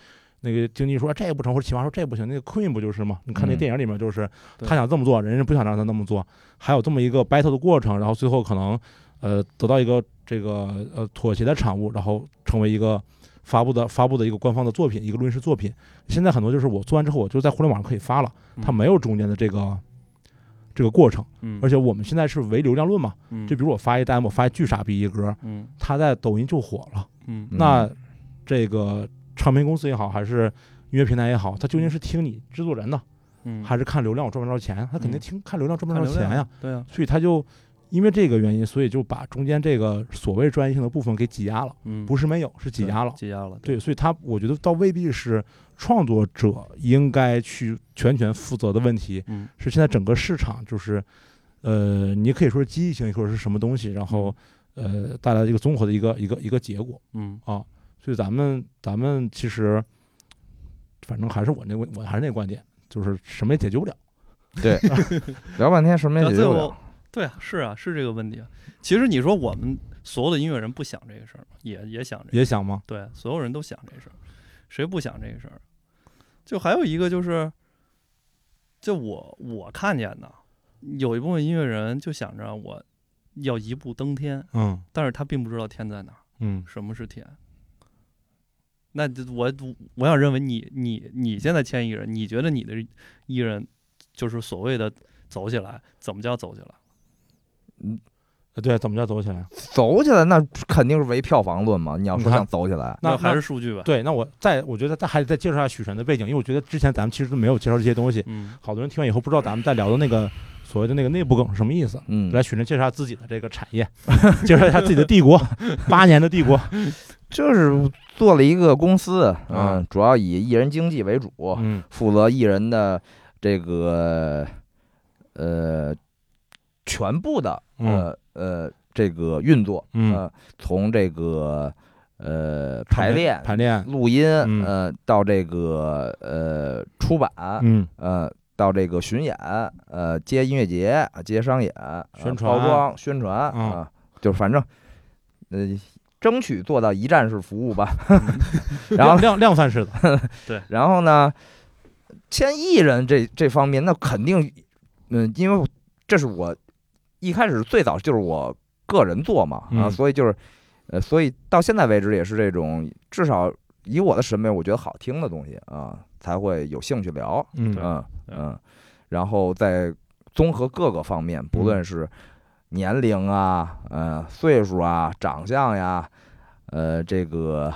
A: 那个经纪说、哎这也不成，或者企划说这也不行，那个 Queen 不就是吗？你看那
B: 嗯
A: 电影里面就是、
C: 对
A: 他想这么做，人家不想让他那么做，还有这么一个 battle 的过程，然后最后可能呃得到一个这个呃妥协的产物，然后成为一个。发布的发布的一个官方的作品，一个录音室作品。现在很多就是我做完之后，我就在互联网上可以发了，它没有中间的这个这个过程。
C: 嗯，
A: 而且我们现在是唯流量论嘛，
C: 嗯
A: 就比如我发一单，我发一巨傻逼一歌，
C: 嗯
A: 它在抖音就火了。
C: 嗯
B: 嗯
A: 那这个唱片公司也好，还是音乐平台也好，它究竟是听你制作人呢，
C: 嗯，
A: 还是看流量我赚不着钱？它肯定
C: 嗯
A: 听看流量赚不
C: 看
A: 着
C: 流
A: 钱呀
C: 量。，对啊，
A: 所以它就因为这个原因，所以就把中间这个所谓专业性的部分给挤压了。
C: 嗯，
A: 不
C: 是
A: 是没有，是挤压了。
C: 挤压了，
A: 对，所以它我觉得倒未必是创作者应该去全权负责的问题。
C: 嗯
A: 是现在整个市场就是，呃，你可以说是机遇性，或者是什么东西，然后呃带来一个综合的一个一个一个结果
C: 嗯
A: 啊。所以咱们咱们其实，反正还是我那我还是那观点，就是什么也解决不了。
B: 聊半天什么也
C: 到
B: 解
C: 最
B: 决不
C: 后
B: 了，，
C: 对啊，是啊，是这个问题啊。其实你说我们所有的音乐人不想这个事儿吗？也也想这个，
A: 也想吗？
C: 对，啊所有人都想这事儿，谁不想这个事儿？啊就还有一个就是，就我我看见的，有一部分音乐人就想着我要一步登天，
A: 嗯
C: 但是他并不知道天在哪儿，
A: 嗯
C: 什么是天。那就我我想认为你你你现在签艺人，你觉得你的艺人就是所谓的走起来，怎么叫走起来？
A: 呃对，怎么叫走起来？
B: 走起来那肯定是唯票房论嘛。你要
A: 你
B: 说
A: 看
B: 想走起来，
A: 那
C: 还
A: 那
C: 是数据吧。
A: 对，那我再我觉得再还得再介绍一下许晨的背景，因为我觉得之前咱们其实都没有介绍这些东西，
C: 嗯
A: 好多人听完以后不知道咱们在聊的那个所谓的那个内部梗是什么意思。
B: 嗯，
A: 来，许晨介绍一下自己的这个产业， 介绍一下自己的帝 国，八年的帝国。
B: 就是做了一个公司，
A: 啊
B: 嗯，主要以艺人经济为主，
A: 嗯
B: 负责艺人的这个呃全部的
A: 嗯
B: 呃呃这个运作，
A: 嗯
B: 呃，从这个呃
A: 唱
B: 排
A: 片
B: 练、
A: 排练，
B: 录音，
A: 嗯
B: 呃，到这个呃出版，
A: 嗯
B: 呃，到这个巡演，呃，接音乐节，接商演，呃
A: 宣
B: 包
A: 传
B: 装、宣传啊、
A: 嗯
B: 就反正，呃，争取做到一站式服务 吧。 然
A: 量
B: 后，
A: 量量贩式的，
B: 然后呢，签艺人这这方面，那肯定，嗯，因为这是我一开始最早就是我个人做嘛，啊，
A: 嗯
B: 所以就是，呃，所以到现在为止也是这种，至少以我的审美，我觉得好听的东西啊，才会有兴趣聊。
A: 嗯
B: 嗯
C: 对
B: 嗯，然后再综合各个方面，不
A: 嗯
B: 论是年龄啊、呃岁数啊、长相呀、呃这个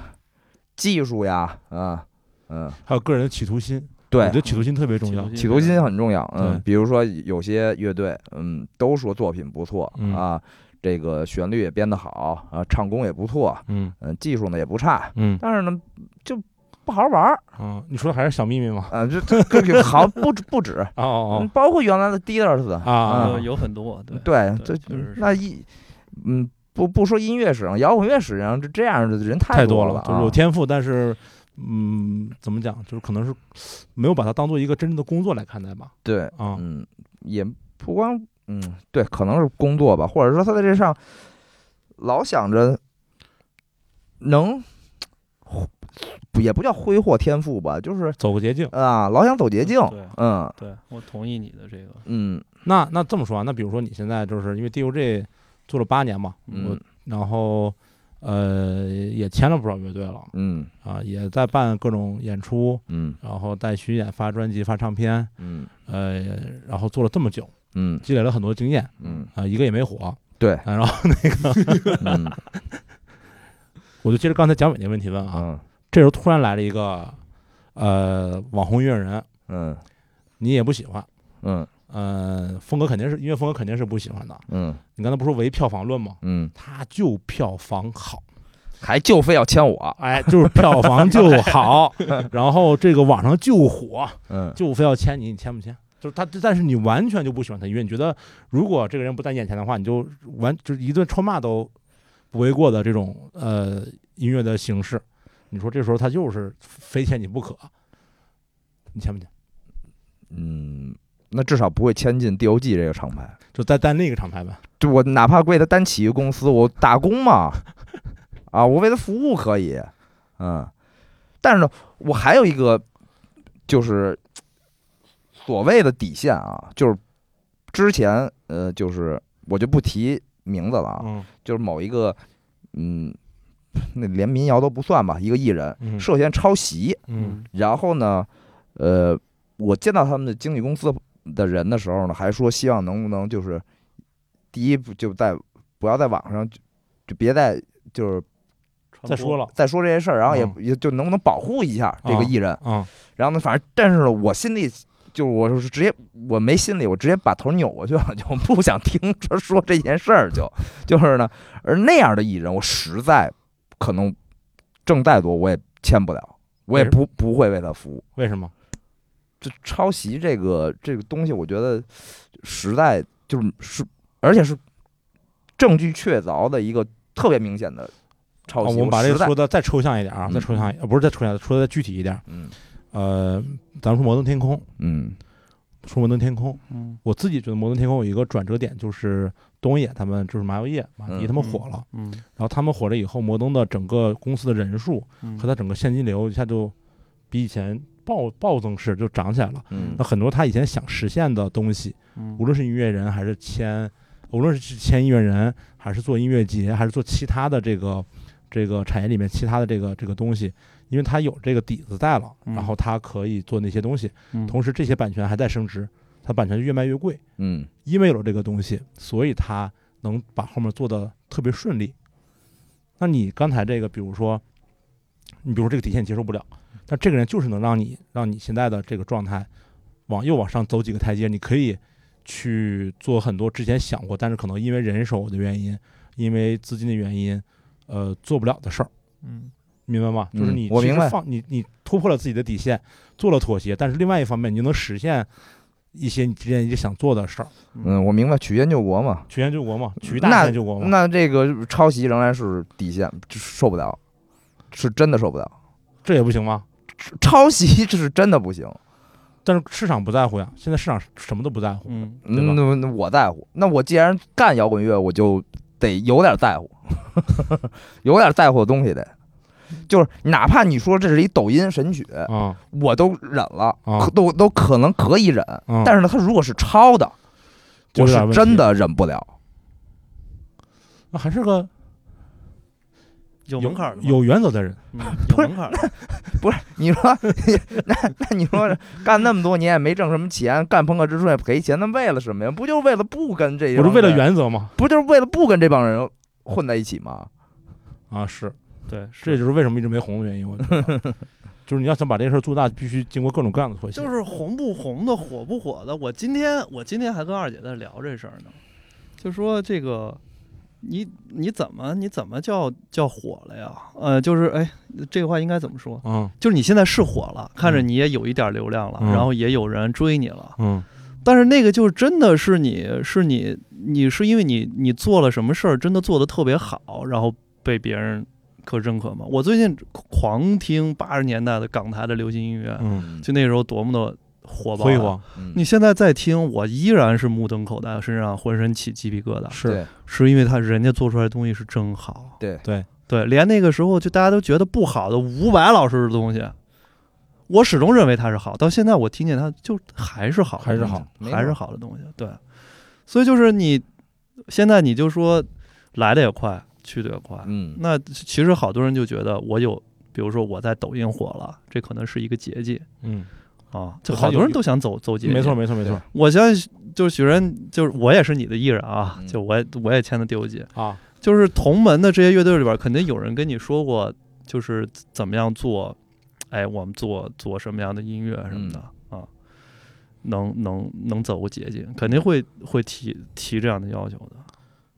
B: 技术呀，啊嗯，
A: 还有个人的企图心，我
B: 对
A: 觉得，企图心特别重要。
B: 企图心很重要。嗯
A: 对，
B: 比如说有些乐队，嗯，都说作品不错
A: 嗯
B: 啊，这个旋律也编得好啊，唱功也不错，
A: 嗯
B: 嗯，技术呢也不差，
A: 嗯
B: 但是呢，就不好好玩儿
A: 嗯，你说的还是小秘密吗？
B: 啊，这这这个好不止不止，
A: 哦 哦
B: 嗯包括原来的 Dealers
A: 哦啊
C: 呃，有很多，对
B: 对，这
C: 对就是
B: 那一嗯，不不说音乐史上，摇滚乐史上这这样的人
A: 太
B: 多
A: 了，就是
B: 啊
A: 有天赋，但是嗯，怎么讲，就是可能是没有把它当做一个真正的工作来看待吧。
B: 对，
A: 啊，
B: 嗯，也不光嗯，对，可能是工作吧，或者说他在这上老想着能，不也不叫挥霍天赋吧，就是
A: 走个捷径。
B: 啊，老想走捷径，
C: 对
B: 嗯
C: 对，我同意你的这个，
B: 嗯
A: 那那这么说啊，那比如说你现在就是因为 DOJ 做了八年嘛，我
B: 嗯
A: 然后呃也签了不少乐队了
B: 嗯
A: 啊，也在办各种演出，
B: 嗯
A: 然后带巡演、发专辑、发唱片，
B: 嗯
A: 呃，然后做了这么久，
B: 嗯
A: 积累了很多经验
B: 嗯
A: 啊，一个也没火。
B: 对
A: 啊然后
B: 嗯
A: 我就接着刚才蒋伟那问题问啊，
B: 嗯
A: 这时候突然来了一个呃网红音乐人，
B: 嗯
A: 你也不喜欢，
B: 嗯
A: 呃，风格肯定是音乐风格肯定是不喜欢的。
B: 嗯
A: 你刚才不是说唯票房论吗？
B: 嗯，
A: 他就票房好，
B: 还就非要签我，
A: 哎，就是票房就 好，然后这个网上就火，
B: 嗯
A: 就非要签你，你签不签？就是他，但是你完全就不喜欢他音乐，你觉得如果这个人不在你眼前的话，你就完就是一顿臭骂都不为过的这种呃音乐的形式。你说这时候他就是非签你不可，你签不签？
B: 嗯，那至少不会签进 DOG 这个厂牌。
A: 就在在那个厂牌呗。
B: 就我哪怕为他单起一个公司，我打工嘛，啊，我为他服务可以，嗯，但是呢，我还有一个就是所谓的底线啊，就是之前呃，就是我就不提名字了啊，
A: 嗯
B: 就是某一个嗯，那连民谣都不算吧，一个艺人
A: 嗯
B: 涉嫌抄袭，
A: 嗯
B: 然后呢，呃，我见到他们的经纪公司的人的时候呢，还说希望能不能就是，第一不就在不要在网上就就别再就是
C: 嗯
A: 嗯再说了，
B: 再说这些事儿，然后也、
A: 嗯
B: 也就能不能保护一下这个艺人。
A: 啊
B: 然后呢，反正但是呢我心里就是我是直接我没心里，我直接把头扭过去了，就不想听他说这件事儿，就 就是呢，而那样的艺人，我实在可能挣再多我也签不了，我也
A: 没事
B: 不不会为他服务。
A: 为什么？
B: 这抄袭这个这个东西，我觉得实在就是是，而且是证据确凿的一个特别明显的
A: 啊，
B: 抄袭。
A: 我们把这
B: 实
A: 个
B: 在
A: 说的再抽象一点啊，
B: 嗯
A: 再抽象一，呃不是再抽象，说的再具体一点。
B: 嗯
A: 呃，咱们说《摩登天空》，
B: 嗯
A: 说《摩登天空》，
C: 嗯
A: 我自己觉得《摩登天空》有一个转折点，就是东野他们，就是麻油叶、马迪
B: 嗯
A: 他们火了，
C: 嗯
A: 然后他们火了以后，摩登的整个公司的人数
C: 嗯，
A: 和它整个现金流一下就比以前暴暴增式就涨起来了。
B: 嗯
A: 那很多他以前想实现的东西，
C: 嗯
A: 无论是音乐人还是签，无论是签音乐人，还是做音乐节，还是做其他的这个这个产业里面其他的这个这个东西，因为他有这个底子在了，
C: 嗯
A: 然后他可以做那些东西，
C: 嗯
A: 同时这些版权还在升值，它版权越卖越贵，
B: 嗯
A: 因为有了这个东西，所以他能把后面做的特别顺利。那你刚才这个，比如说，你比如说这个底线你接受不了，但这个人就是能让你让你现在的这个状态往又往上走几个台阶，你可以去做很多之前想过，但是可能因为人手的原因，因为资金的原因，呃，做不了的事儿，
C: 嗯
A: 明白吗？就是
B: 嗯
A: 你
B: 我
A: 其实
B: 明白
A: 放你你突破了自己的底线，做了妥协，但是另外一方面，你就能实现一些你之前一直想做的事儿。
B: 嗯，我明白，曲线救国嘛。
A: 曲线救国嘛，曲
B: 嗯那
A: 大线救国嘛，
B: 那这个抄袭仍然是底线，就受不了，是真的受 不了。
A: 这也不行吗？
B: 抄袭这是真的不行。
A: 但是市场不在乎呀，现在市场什么都不在乎。
C: 嗯
A: 对吧
B: 嗯，那那我在乎。那我既然干摇滚乐，我就得有点在乎， 有点在乎的东西得，就是哪怕你说这是一抖音神曲，
A: 啊
B: 我都忍了，
A: 啊
B: 可都都可能可以忍。
A: 啊！
B: 但是呢，他如果是抄的，
A: 就有
B: 我是
A: 点问题
B: 真的忍不了。
A: 那还是个
C: 有门槛儿的吗，
A: 有原则的人。
C: 嗯有门槛儿 的，
B: 不是你说， 那那你说干那么多年也没挣什么钱，干朋克之春也赔钱，那为了什么呀？不就是为了不跟这
A: 我
B: 帮
A: 是为了
B: 人
A: 原则嘛。
B: 不就是为了不跟这帮人混在一起吗？
A: 啊，
C: 嗯
A: 是，
C: 对，
A: 这
C: 是
A: 就是为什么一直没红的原因。我觉得， 就是你要想把这个事儿做大，必须经过各种各样的妥协。
C: 就是红不红的，火不火的。我今天我今天还跟二姐在聊这事儿呢，就说这个你你怎么你怎么叫叫火了呀？呃，就是哎，这个话应该怎么说？
A: 嗯
C: 就是你现在是火了，看着你也有一点流量了，
A: 嗯
C: 然后也有人追你了，
A: 嗯
C: 但是那个就是真的是你是你你是因为你你做了什么事儿，真的做得特别好，然后被别人可认可吗？我最近狂听八十年代的港台的流行音乐，
A: 嗯，
C: 就那时候多么的火爆、啊
A: 辉，煌
B: 嗯
C: 你现在再听，我依然是目瞪口呆，身上浑身起鸡皮疙瘩，
A: 是
C: 是因为他人家做出来的东西是真好。
B: 对
A: 对
C: 对，连那个时候就大家都觉得不好的伍佰老师的东西，我始终认为它是好，到现在我听见它就还是好的
A: 还是
C: 东西，
A: 好
B: 没
C: 还是
B: 错
C: 好的东西。对，所以就是你现在你就说来的也快，去的也快。
B: 嗯
C: 那其实好多人就觉得我有，比如说我在抖音火了，这可能是一个捷径
A: 嗯，
C: 啊，就
A: 它
C: 好多
A: 有
C: 人都想走走捷径。
A: 没错没错没错
C: 我相信就是许人，就是我也是你的艺人啊，
B: 嗯
C: 就我也我也签的第五届，
A: 啊，
C: 就是同门的这些乐队里边，肯定有人跟你说过，就是怎么样做，哎，我们做做什么样的音乐什么的、
A: 嗯
C: 啊，能能能走个捷径，肯定会会提提这样的要求的。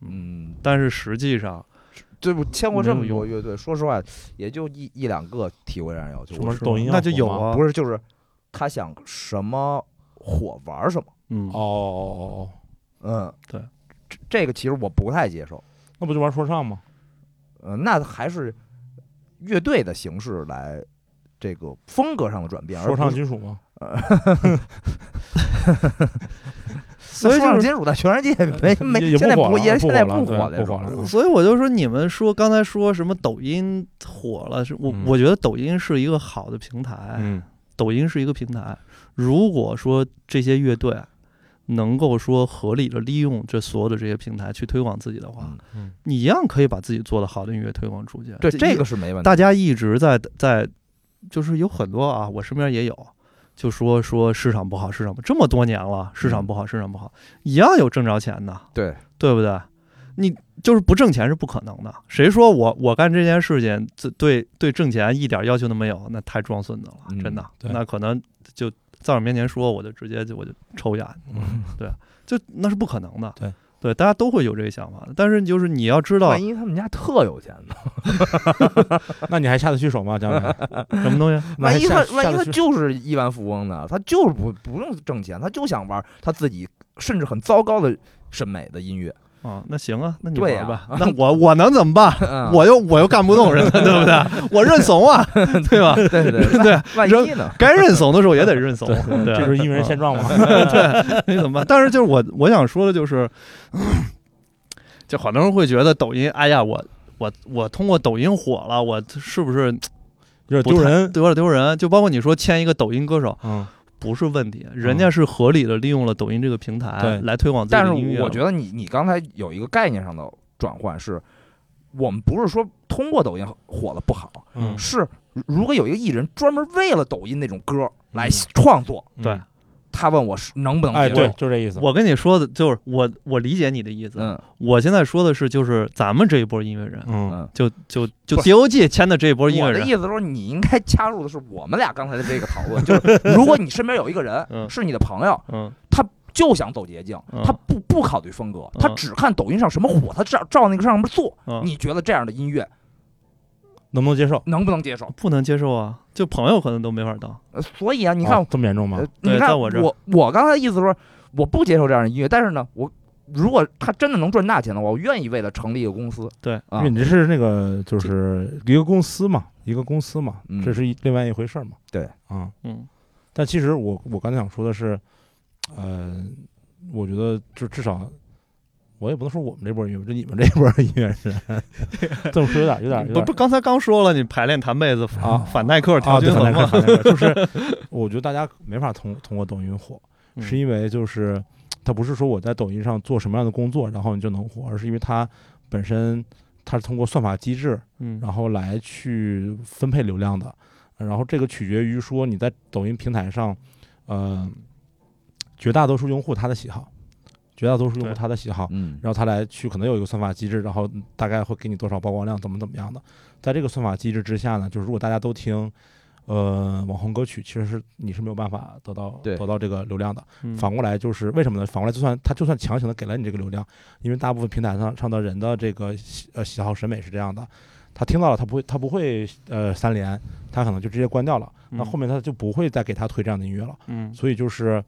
B: 嗯，
C: 但是实际上，
B: 对我签过
C: 没
B: 这
C: 有
B: 么多
C: 用
B: 乐队，说实话也就一一两个提过这样要求
A: 什，么
B: 我
A: 抖音
C: 那就有
A: 啊
C: 啊，
B: 不是就是他想什么火玩什么，
C: 嗯
A: 哦，哦哦
B: 嗯，
C: 对
B: 这，这个其实我不太接受，
A: 哦，那不就玩说唱吗？
B: 嗯，那还是乐队的形式来这个风格上的转变，而
A: 说
B: 不
A: 唱
B: 是
A: 金属吗？
B: 所说
C: 以就
B: 唱
C: 是
B: 金属在全世界没
A: 也
B: 没
A: 呃也
B: 现在
A: 不火了
B: 也
A: 不
B: 现在
A: 火了
B: 不
A: 对
B: 火了
A: 不
B: 是吧，
A: 火了
C: 所以我就说，你们说刚才说什么抖音火了，是我
A: 嗯
C: 我觉得抖音是一个好的平台，
A: 嗯
C: 抖音是一个平台。如果说这些乐队啊能够说合理的利用这所有的这些平台去推广自己的话，
B: 嗯
A: 嗯
C: 你一样可以把自己做的好的音乐推广出去。
B: 对这
C: 一
B: 个是没问题，
C: 大家一直在在，就是有很多啊，我身边也有。就说说市场不好，市场不这么多年了，市场
B: 嗯
C: 不好，市场不好，一样有挣着钱的，
B: 对，
C: 对不对？你就是不挣钱是不可能的。谁说我我干这件事情，这对对挣钱一点要求都没有，那太装孙子了，
B: 嗯
C: 真的。
A: 对
C: 那可能就在我面前说，我就直接就我就抽烟，
A: 嗯
C: 就那是不可能的。
A: 对
C: 对，大家都会有这个想法的，但是就是你要知道
B: 万一他们家特有钱呢？
A: 那你还下得去手吗，江南？
C: 什么东西，
A: 那
B: 万
A: 还
B: 一
A: 下
B: 他万一
A: 下得
B: 他
A: 去
B: 就是亿万富翁呢？他就是不不用挣钱，他就想玩他自己甚至很糟糕的审美的音乐。
C: 啊，那行啊，那你
B: 对
C: 玩吧
B: 呀。
C: 那我我能怎么 办？
B: 嗯
C: 我又我又干不动人家，对不对？我认 怂啊，对吧？
B: 对对对
C: 对，
B: 万
C: 扔
B: 一呢？
C: 该认怂的时候也得认怂，对，啊
A: 这就是因人现状 嘛。
C: 嗯你怎么办？ 但是就是我我想说的就是，就很多人会觉得抖音，哎呀，我我我通过抖音火了，我是不是
A: 有点
C: 不太
A: 丢人。
C: 有点丢人？就包括你说签一个抖音歌手
A: 嗯，
C: 不是问题，人家是合理的利用了抖音这个平台
A: 对
C: 来推广自
B: 嗯
C: 己
B: 但
C: 的音
B: 是
C: 乐。
B: 我觉得你你刚才有一个概念上的转换是，我们不是说通过抖音火了不好，
A: 嗯
B: 是如果有一个艺人专门为了抖音那种歌来
A: 嗯
B: 创作，
C: 对
A: 嗯
B: 他问我是能不能
A: 哎，
B: 接受
A: 对，就这意思。
C: 我跟你说的就是我我理解你的意思，
B: 嗯
C: 我现在说的是就是咱们这一波音乐人，
A: 嗯，
B: 嗯。
C: 就就就
B: 不
C: D O G 签的这一波音乐
B: 我的
C: 人
B: 意，思是说，你应该加入的是我们俩刚才的这个讨论，就是如果你身边有一个人
C: 嗯
B: 是你的朋友，
C: 嗯，
B: 就想走捷径，
C: 嗯
B: 他不不考虑风格，他
C: 嗯
B: 只看抖音上什么火，他照照那个上面做。
C: 嗯
B: 你觉得这样的音乐
A: 能不能接受？
B: 能不能接受？
C: 不能接受啊，就朋友可能都没法当。
B: 呃所以啊，你看
A: 啊这么严重吗
B: 呃？
C: 哦对
B: 你看
C: 在
B: 我
C: 我这儿
B: 我刚才的意思说，我不接受这样的音乐，但是呢，我如果他真的能赚大钱的话，我愿意为了成立一个公司。
C: 对
A: 因
B: 啊
A: 为，你这是那个，就是一个公司嘛，一个公司嘛
B: 嗯，
A: 这是一另外一回事儿嘛。
B: 对
A: 啊，
C: 嗯
A: 但其实我我刚才想说的是，呃，我觉得就至少，我也不能说我们这波音乐，就你们这波音乐人， 这么说有点有点有
C: 不
A: 点
C: 不，刚才刚说了，你排练弹贝斯
A: 啊
C: 反耐克
A: 啊，
C: 调
A: 对，
C: 均
A: 反
C: 衡
A: 正
C: 嘛，
A: 反正 就是，我觉得大家没法通通过抖音火，
C: 嗯
A: 是因为就是它不是说我在抖音上做什么样的工作，然后你就能火，而是因为它本身它是通过算法机制，
C: 嗯
A: 然后来去分配流量的。然后这个取决于说你在抖音平台上，呃，绝大多数用户他的喜好，绝大多数用户
C: 对
A: 他的喜好，
B: 嗯
A: 然后他来去可能有一个算法机制，然后嗯大概会给你多少曝光量，怎么怎么样的。在这个算法机制之下呢，就是如果大家都听，呃网红歌曲，其实是你是没有办法得到
B: 对
A: 得到这个流量的。
C: 嗯
A: 反过来就是为什么呢？反过来就算他就算强行的给了你这个流量，因为大部分平台上上的人的这个喜呃喜好审美是这样的，他听到了他不会他不会呃三连，他可能就直接关掉了，那
C: 嗯
A: 后面他就不会再给他推这样的音乐了。
C: 嗯
A: 所以就是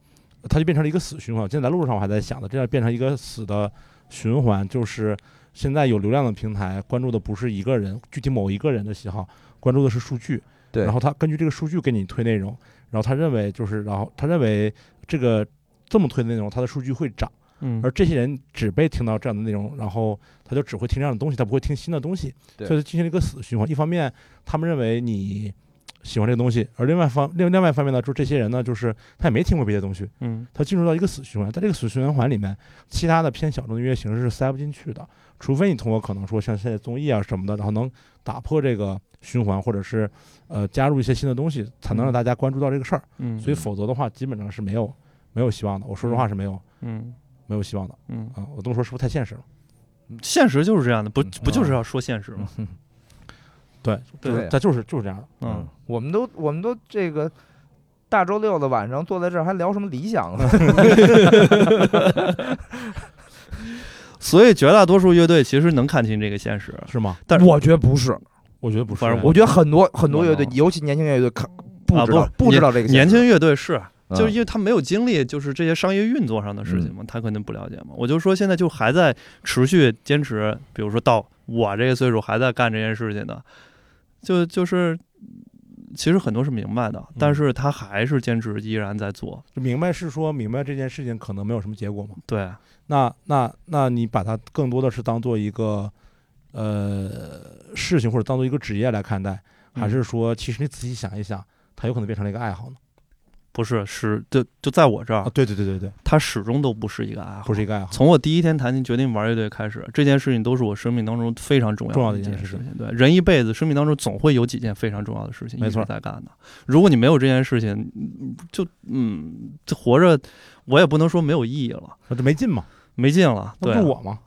A: 它就变成了一个死循环。现在在路上我还在想的，这样变成一个死的循环，就是现在有流量的平台关注的不是一个人，具体某一个人的喜好，关注的是数据。
B: 对
A: 然后他根据这个数据给你推内容，然后他认为就是，然后他认为这个这么推的内容，他的数据会涨，
C: 嗯
A: 而这些人只被听到这样的内容，然后他就只会听这样的东西，他不会听新的东西，
B: 对
A: 所以就进行了一个死循环。一方面，他们认为你喜欢这个东西，而另外一方另另外一方面呢，就是这些人呢，就是他也没听过别的东西，
C: 嗯
A: 他进入到一个死循环。在这个死循环里面，其他的偏小众的音乐形式是塞不进去的，除非你通过可能说像现在综艺啊什么的，然后能打破这个循环，或者是呃加入一些新的东西，才能让大家关注到这个事儿。
C: 嗯，
A: 所以否则的话，基本上是没有没有希望的。我说实话是没有
C: 嗯
A: 没有希望的
C: 嗯，
A: 啊、我这么说是不是太现实了？
C: 现实就是这样的，不
B: 嗯
C: 不就是要说现实吗？
A: 嗯对，
C: 对
A: 就是它就是就是这样的。
C: 嗯，
B: 我们都我们都这个大周六的晚上坐在这儿还聊什么理想啊呢？
C: 嗯所以绝大多数乐队其实能看清这个现实。
A: 是吗？
C: 但
B: 我觉得不是，
A: 我觉得不是，啊
C: 反正
B: 我觉得很多很多乐队
C: 我，
B: 尤其年轻乐队，看不
C: 啊
B: 知道、
C: 不
B: 不知道这个
C: 年
B: 现
C: 轻
B: 实
C: 乐队是，啊
B: 嗯
C: 就是因为他没有经历，就是这些商业运作上的事
A: 嗯
C: 情嘛，他肯定不了解嘛。我就说现在就还在持续坚持，比如说到我这个岁数还在干这件事情的，就就是其实很多是明白
A: 嗯
C: 的，但是他还是坚持依然在做。
A: 就明白是说明白这件事情可能没有什么结果嘛。
C: 对，
A: 那那那你把它更多的是当做一个呃事情或者当做一个职业来看待，
C: 嗯
A: 还是说其实你仔细想一想，它有可能变成了一个爱好呢？
C: 不是是就就在我这
A: 啊
C: 儿，，
A: 对对对对对，
C: 他始终都不是一个爱好
A: 不。是一个爱好，
C: 从我第一天弹琴决定玩乐队开始，这件事情都是我生命当中非常重要
A: 重要的
C: 一
A: 一件
C: 件
A: 事
C: 事
A: 情
C: 情。对，人一辈子生命当中总会有几件非常重要的事情
A: 没
C: 一
A: 错
C: 直在干的。如果你没有这件事情，嗯就嗯，这活着我也不能说没有意义了，
A: 那这没劲嘛？
C: 没劲了。对
A: 那
C: 啊，
A: 不是我 吗？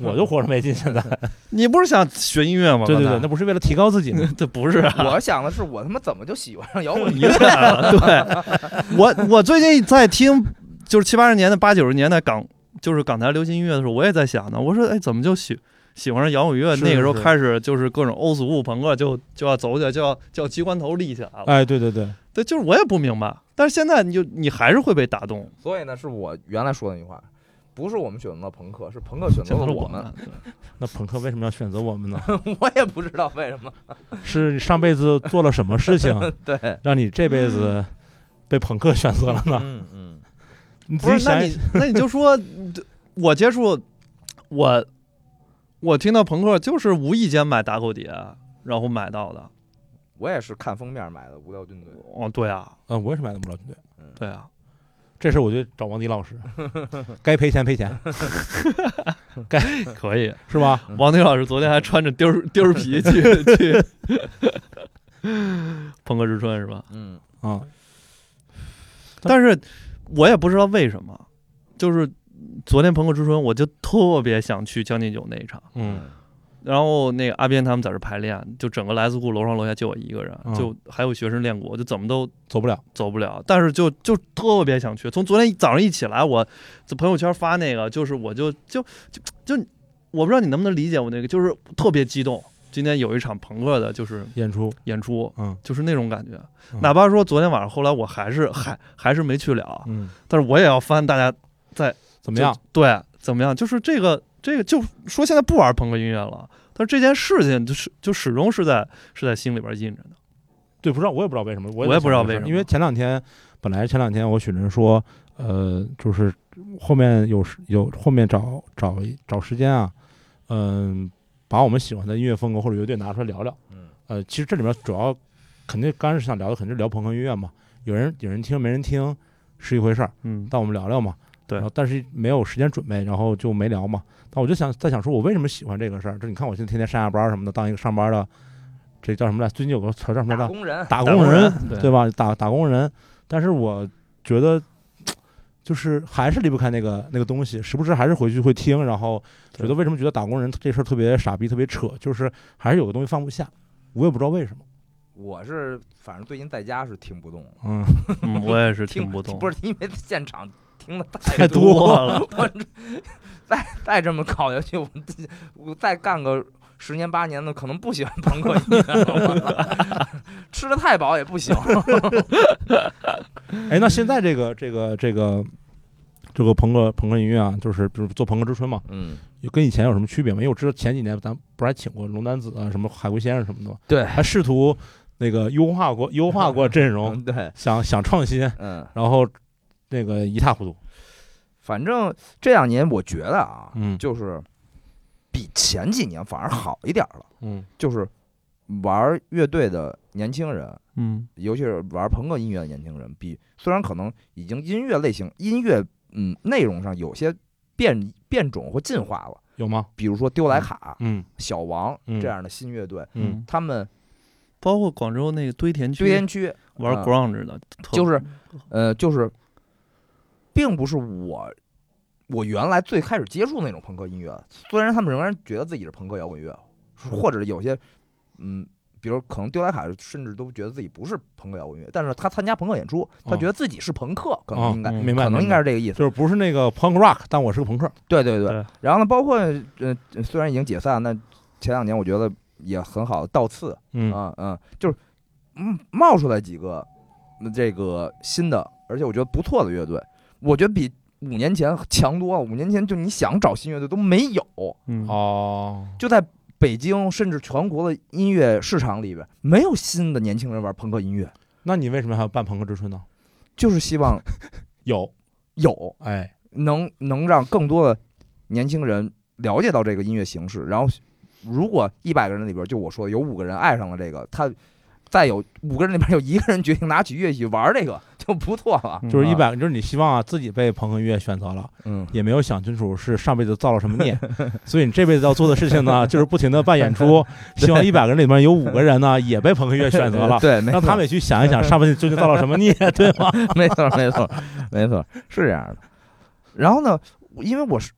A: 我就活着没劲，现在。
C: 你不是想学音乐吗？
A: 对对对，
C: 刚
A: 那
C: 才
A: 不是为了提高自己 吗？
C: 这不是 啊。
B: 我想的是，我他妈怎么就喜欢上摇滚
C: 一
B: 乐？
C: 个了。 对，我我最近在听，就是七八十年代、八九十年代港，就是港台流行音乐的时候，我也在想呢，我说哎，怎么就喜喜欢上摇滚乐？
A: 是
C: 那个时候
A: 是
C: 开始就是各种欧死物朋克就就要走起来，就要就要机关头立起来了。
A: 哎，对对对，
C: 对，就是我也不明白，但是现在你就你还是会被打动，
B: 所以呢，是我原来说的那句话，不是我们选择了朋克，是朋克选择
C: 这
B: 了
C: 都是
B: 我们。
C: 们。对
A: 那朋克为什么要选择我们呢？
B: 我也不知道为什么。
A: 是你上辈子做了什么事情，
B: 对，
A: 让你这辈子
C: 嗯
A: 被朋克选择了呢？
B: 嗯嗯，
A: 你自
C: 不
A: 己
C: 是，那
A: 想一
C: 你那你就说，我接触我我听到朋克就是无意间买打口碟，然后买到的。
B: 我也是看封面买的《无聊军队》。
C: 哦，对啊，
A: 嗯，我也是买的不老军队。
C: 对啊，
A: 这事儿我就找王迪老 师，该赔钱赔钱
C: 可以。
A: 是吧？
C: 王迪老师昨天还穿着貂儿貂儿皮去去 朋克之春是吧？
B: 嗯，
A: 啊、
C: 但是我也不知道为什么，就是昨天朋克之春，我就特别想去《将进酒》那一场。
A: 嗯，
C: 然后那个阿边他们在这排练，就整个莱斯库楼上楼下就我一个人，
A: 嗯
C: 就还有学生练鼓，我就怎么都
A: 走不了。
C: 走不了，但是就就特别想去。从昨天早上一起来，我在朋友圈发那个，就是我就就就就，我不知道你能不能理解我那个，就是特别激动。今天有一场朋克的，就是
A: 演出，
C: 演出，
A: 嗯
C: 就是那种感觉
A: 嗯。
C: 哪怕说昨天晚上，后来我还是还还是没去了，
A: 嗯，
C: 但是我也要翻大家
A: 怎
C: 怎
A: 么样？？
C: 对，怎么样？就是这个这个，就说现在不玩朋克音乐了，但是这件事情就是就始终是在是在心里边印着的。
A: 对，不知道，我也不知道为什么，我
C: 我
A: 也
C: 也
A: 在
C: 不知道
A: 想这
C: 为
A: 事儿
C: 什么
A: 因为前两天，本来前两天我许晨说，呃，就是后面有时有后面找找找时间啊，嗯、把我们喜欢的音乐风格或者乐队拿出来聊聊。
B: 嗯，
A: 呃，其实这里面主要肯定刚开始想聊的肯定是聊朋克音乐嘛，有人有人听没人听是一回事儿，
C: 嗯
A: 但我们聊聊嘛。
C: 对
A: 然后但是没有时间准备，然后就没聊嘛。但我就想在想说，我为什么喜欢这个事儿？就你看，我现在天天上下班儿什么的，当一个上班的，这叫什么来？最近有个词儿叫什么来
B: 打
A: 着？
B: 工人，
A: 打
C: 打
A: 工
C: 工
A: 人，
C: 人对
A: 对吧？打打工人。但是我觉得，就是还是离不开那个那个东西，时不时还是回去会听，然后觉得为什么觉得打工人这事儿特别傻逼、特别扯，就是还是有个东西放不下，我也不知道为什么。
B: 我是反正最近在家是听不动了，
A: 嗯，
C: 嗯，我也是
B: 听
C: 听不懂，
B: 不是因为现场听的
C: 太
B: 太
C: 多
B: 多
C: 了，
B: 我这再再这么搞下去，我自我再干个十年八年的，可能不喜欢朋克音乐了， 吃的太饱也不行。
A: 哎，那现在这个这个这个这个朋克朋克音乐啊，就是比如做朋克之春嘛，
B: 嗯，
A: 有跟以前有什么区别吗？因为我知道前几年咱不是还请过龙丹子啊，什么海龟先生什么的吗？
B: 对
A: 还试图那个优化过优化过阵容，
B: 嗯对，
A: 想想创新，
B: 嗯，
A: 然后那个一塌糊涂。
B: 反正这两年我觉得啊，
A: 嗯
B: 就是比前几年反而好一点了，
A: 嗯
B: 就是玩乐队的年轻人。
C: 嗯
B: 尤其是玩朋克音乐的年轻人，比虽然可能已经音乐类型、音乐嗯内容上有些变变种或进化了，
A: 有吗？
B: 比如说丢莱卡、
A: 嗯
B: 小王
A: 嗯
B: 这样的新乐队，
A: 嗯，
B: 他们
C: 包括广州那个堆填
B: 堆
C: 区
B: 填区
C: 玩
B: 啊
C: grunge 的，特
B: 就是呃就是，并不是我我原来最开始接触那种朋克音乐，虽然他们仍然觉得自己是朋克摇滚乐，或者有些嗯。比如可能丢莱卡甚至都觉得自己不是朋克摇滚乐，但是他参加朋克演出，他
A: 哦
B: 觉得自己是朋克，可
A: 哦
B: 能应该
C: 嗯
A: 明白，
B: 可能应
A: 明白
B: 该是这个意思。
A: 就是不是那个 punk rock，但我是个朋克。
B: 对对对。
C: 对
B: 然后呢，包括呃，虽然已经解散，那前两年我觉得也很好，倒刺
A: 嗯
B: 啊嗯就是嗯冒出来几个嗯这个新的，而且我觉得不错的乐队，我觉得比五年前强多了。五年前就你想找新乐队都没有，
C: 嗯
A: 哦，
B: 就在北京甚至全国的音乐市场里边，没有新的年轻人玩朋克音乐，
A: 那你为什么还要办朋克之春呢？
B: 就是希望
A: 有，
B: 有。
A: 哎，
B: 能能让更多的年轻人了解到这个音乐形式。然后，如果一百个人里边，就我说的有五个人爱上了这个，他再有五个人里边有一个人决定拿起乐器玩这个，就不错了。
C: 嗯
A: 就是一
B: 啊
A: 百，就是你希望啊自己被朋克音乐选择了，
B: 嗯，
A: 也没有想清楚是上辈子造了什么 孽，所以你这辈子要做的事情 呢，就是不停的办演出，希望一百个人里面有五个人呢也被朋克乐选择 了，
B: 对，没
A: 让
B: 错，
A: 他们也去想一 想上辈子究竟造了什 么孽，对吗？
B: 没错，没错，没错，是这样的。然后呢，因为我是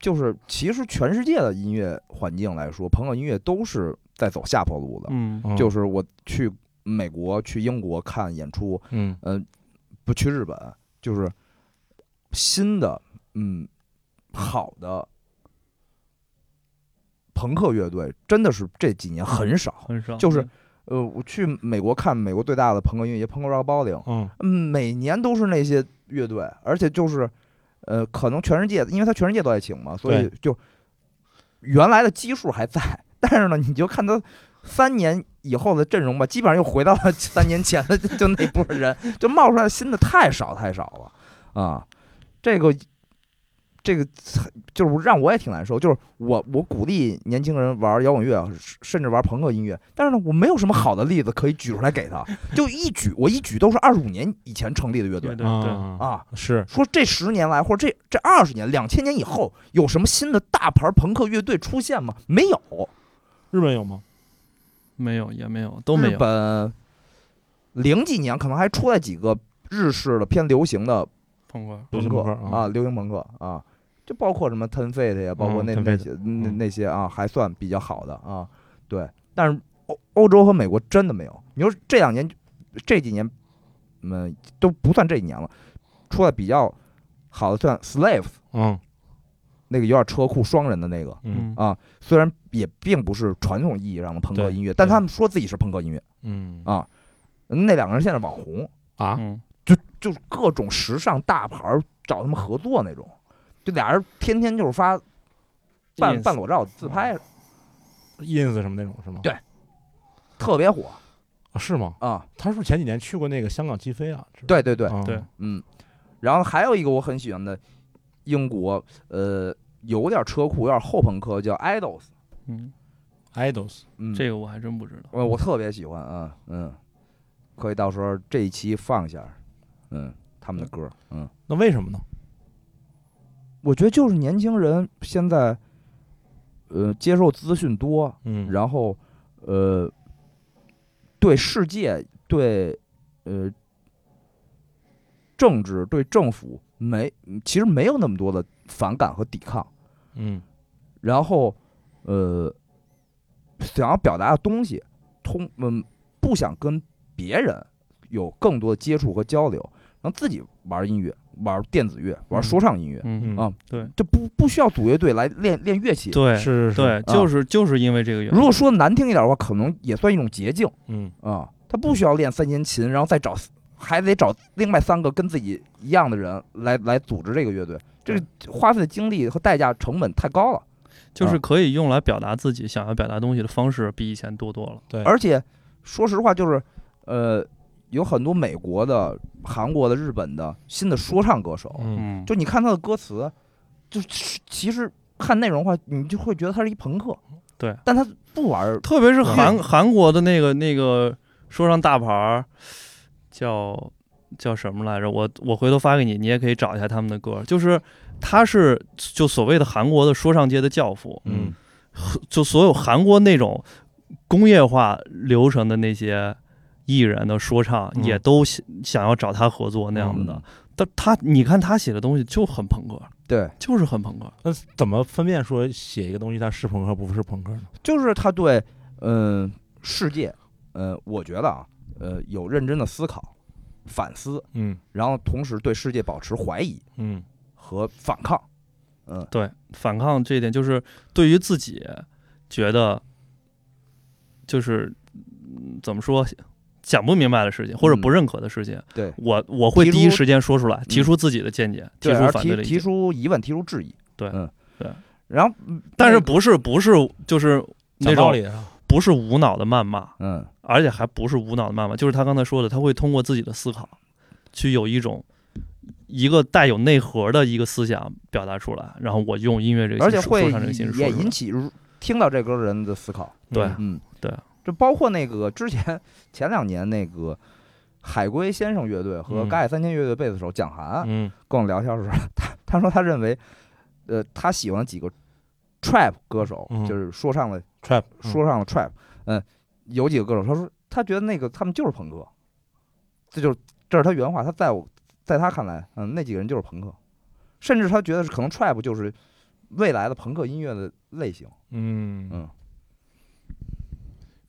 B: 就是，其实全世界的音乐环境来说，朋克音乐都是在走下坡路的。
C: 嗯
A: 嗯
B: 就是我去美国、去英国看演出，
A: 嗯
B: 不去日本，就是新的，嗯，好的朋克乐队真的是这几年很少。
C: 很少，
B: 就是呃，我去美国看美国最大的朋克音乐节 Punk Rock Bowling，
A: 嗯
B: 嗯每年都是那些乐队，而且就是呃，可能全世界，因为它全世界都在请嘛，所以就原来的基数还在，但是呢，你就看它三年以后的阵容吧，基本上又回到了三年前的 就那波人，就冒出来的新的太少太少了啊，这个。这个就是让我也挺难受，就是我我鼓励年轻人玩摇滚乐，啊甚至玩朋克音乐，但是呢，我没有什么好的例子可以举出来给他，就一举我一举都是二十五年以前成立的乐队
C: 对对对，
A: 啊，
B: 啊，
A: 是
B: 说这十年来或者这这二十年、两千年以后有什么新的大牌朋克乐队出现吗？没有，
A: 日本有吗？
C: 没有也没有都没
B: 日
C: 有，
B: 本零几年可能还出来几个日式的偏流行的
C: 碰过
A: 流
B: 朋
A: 行
B: 克
A: 朋克啊
B: 啊，流行朋克啊，就包括什么 Ten Feet 呀，包括
A: 嗯
B: 那
A: Ten
B: 那
A: Feet，
B: 些那
A: 嗯
B: 那些啊，还算比较好的啊，对。但是欧欧洲和美国真的没有。你说这两年这几年，嗯，都不算这几年了，出来比较好的算 Slave
A: 嗯
B: 那个有点车库双人的那个
A: 嗯
B: 啊，虽然也并不是传统意义上的朋克
A: 对
B: 音乐，但
A: 对
B: 他们说自己是朋克音乐。
A: 嗯
B: 啊那两个人现在网红，
A: 啊
C: 嗯
B: 就是各种时尚大牌儿找他们合作那种，就俩人天天就是发半
C: Ins
B: 半裸照自
C: 嗯
B: 拍，
A: ，ins 什么那种是吗？
B: 对特别火
A: 啊是吗？
B: 啊！
A: 他是不是前几年去过那个香港击飞啊？是吧
B: 对对对，
A: 啊
C: 对
B: 嗯。然后还有一个我很喜欢的英国，呃，有点车库，有点后朋克，叫 Idols。
C: 嗯，
A: ，idols
B: 嗯，
C: 这个我还真不知道，
B: 我我特别喜欢啊，嗯，可以到时候这一期放一下，嗯，他们的歌，嗯，
A: 那为什么呢？
B: 我觉得就是年轻人现在，呃，接受资讯多，
A: 嗯，
B: 然后呃，对世界、对呃政治、对政府没，其实没有那么多的反感和抵抗。
A: 嗯
B: 然后呃，想要表达的东西，通嗯、不想跟别人有更多的接触和交流，能自己玩音乐，玩电子乐，玩说唱音乐，
C: 嗯
A: 嗯
B: 啊
C: 对
B: 就不不需要组乐队来练练乐器。
C: 对
A: 是啊是，
C: 对，就是就是因为这个原因。
B: 如果说难听一点的话，可能也算一种捷径
A: 嗯
B: 啊、他不需要练三年琴，然后再找，还得找另外三个跟自己一样的人来来组织这个乐队，这个花费的精力和代价成本太高了。
C: 就是
B: 啊
C: 可以用来表达自己想要表达东西的方式比以前多多了。
A: 对
B: 而且说实话，就是呃，有很多美国的、韩国的、日本的新的说唱歌手，
A: 嗯
C: 嗯，
B: 就你看他的歌词，就是其实看内容的话，你就会觉得他是一朋克，
C: 对，
B: 但他不玩儿
C: 特别是韩
A: 嗯
C: 韩国的那个那个说唱大牌儿，叫叫什么来着？我我回头发给你，你也可以找一下他们的歌。就是他是就所谓的韩国的说唱界的教父，
A: 嗯
C: 就所有韩国那种工业化流程的那些艺人的说唱，
A: 嗯
C: 也都想想要找他合作那样子的。但他你看他写的东西就很朋克，
B: 对，
C: 就是很朋克。
A: 那怎么分辨说写一个东西它是朋克不是朋克呢？
B: 就是他对嗯、呃世界，呃，我觉得啊，呃，有认真的思考、反思，
A: 嗯
B: 然后同时对世界保持怀疑
A: 嗯
B: 和反抗。嗯，
C: 对，反抗这一点就是对于自己觉得就是嗯怎么说讲不明白的事情或者不
B: 嗯
C: 认可的事情，
B: 对
C: 我我会
B: 提
C: 第一
B: 出
C: 时间说出来，提
B: 嗯
C: 出自己的见解，提
B: 对，
C: 出
B: 而
C: 反对的
B: 提
C: 意
B: 提
C: 见，
B: 出疑问，提出质疑。
C: 对
B: 嗯，
C: 对。
B: 然后，嗯
C: 但
B: 那
C: 是
B: 个
C: 不是不是就是那
A: 讲道
C: 种
A: 理啊，
C: 不是无脑的谩骂，
B: 嗯，
C: 而且还不是无脑的谩骂，就是他刚才说的，他会通过自己的思考去有一种。一个带有内核的一个思想表达出来，然后我用音乐这个
B: 而
C: 形
B: 且
C: 式
B: 会
C: 说唱这个形式说
B: 也
C: 出来
B: 引起如听到这歌的人的思考。
C: 对
A: 嗯
B: 嗯，
C: 对，
B: 就包括那个之前前两年那个海龟先生乐队和
A: 嗯
B: 嘎海三千乐队贝斯手蒋涵，
A: 嗯
B: 跟我聊天的时候，他他说他认为，呃，他喜欢几个 trap 歌手，
A: 嗯
B: 就是说唱的
A: trap
B: 说唱的 trap，嗯、有几个歌手，他说他觉得那个他们就是朋克，这就是这是他原话，他在我在他看来，嗯、那几个人就是朋克，甚至他觉得是可能 trap 就是未来的朋克音乐的类型，
A: 嗯
B: 嗯，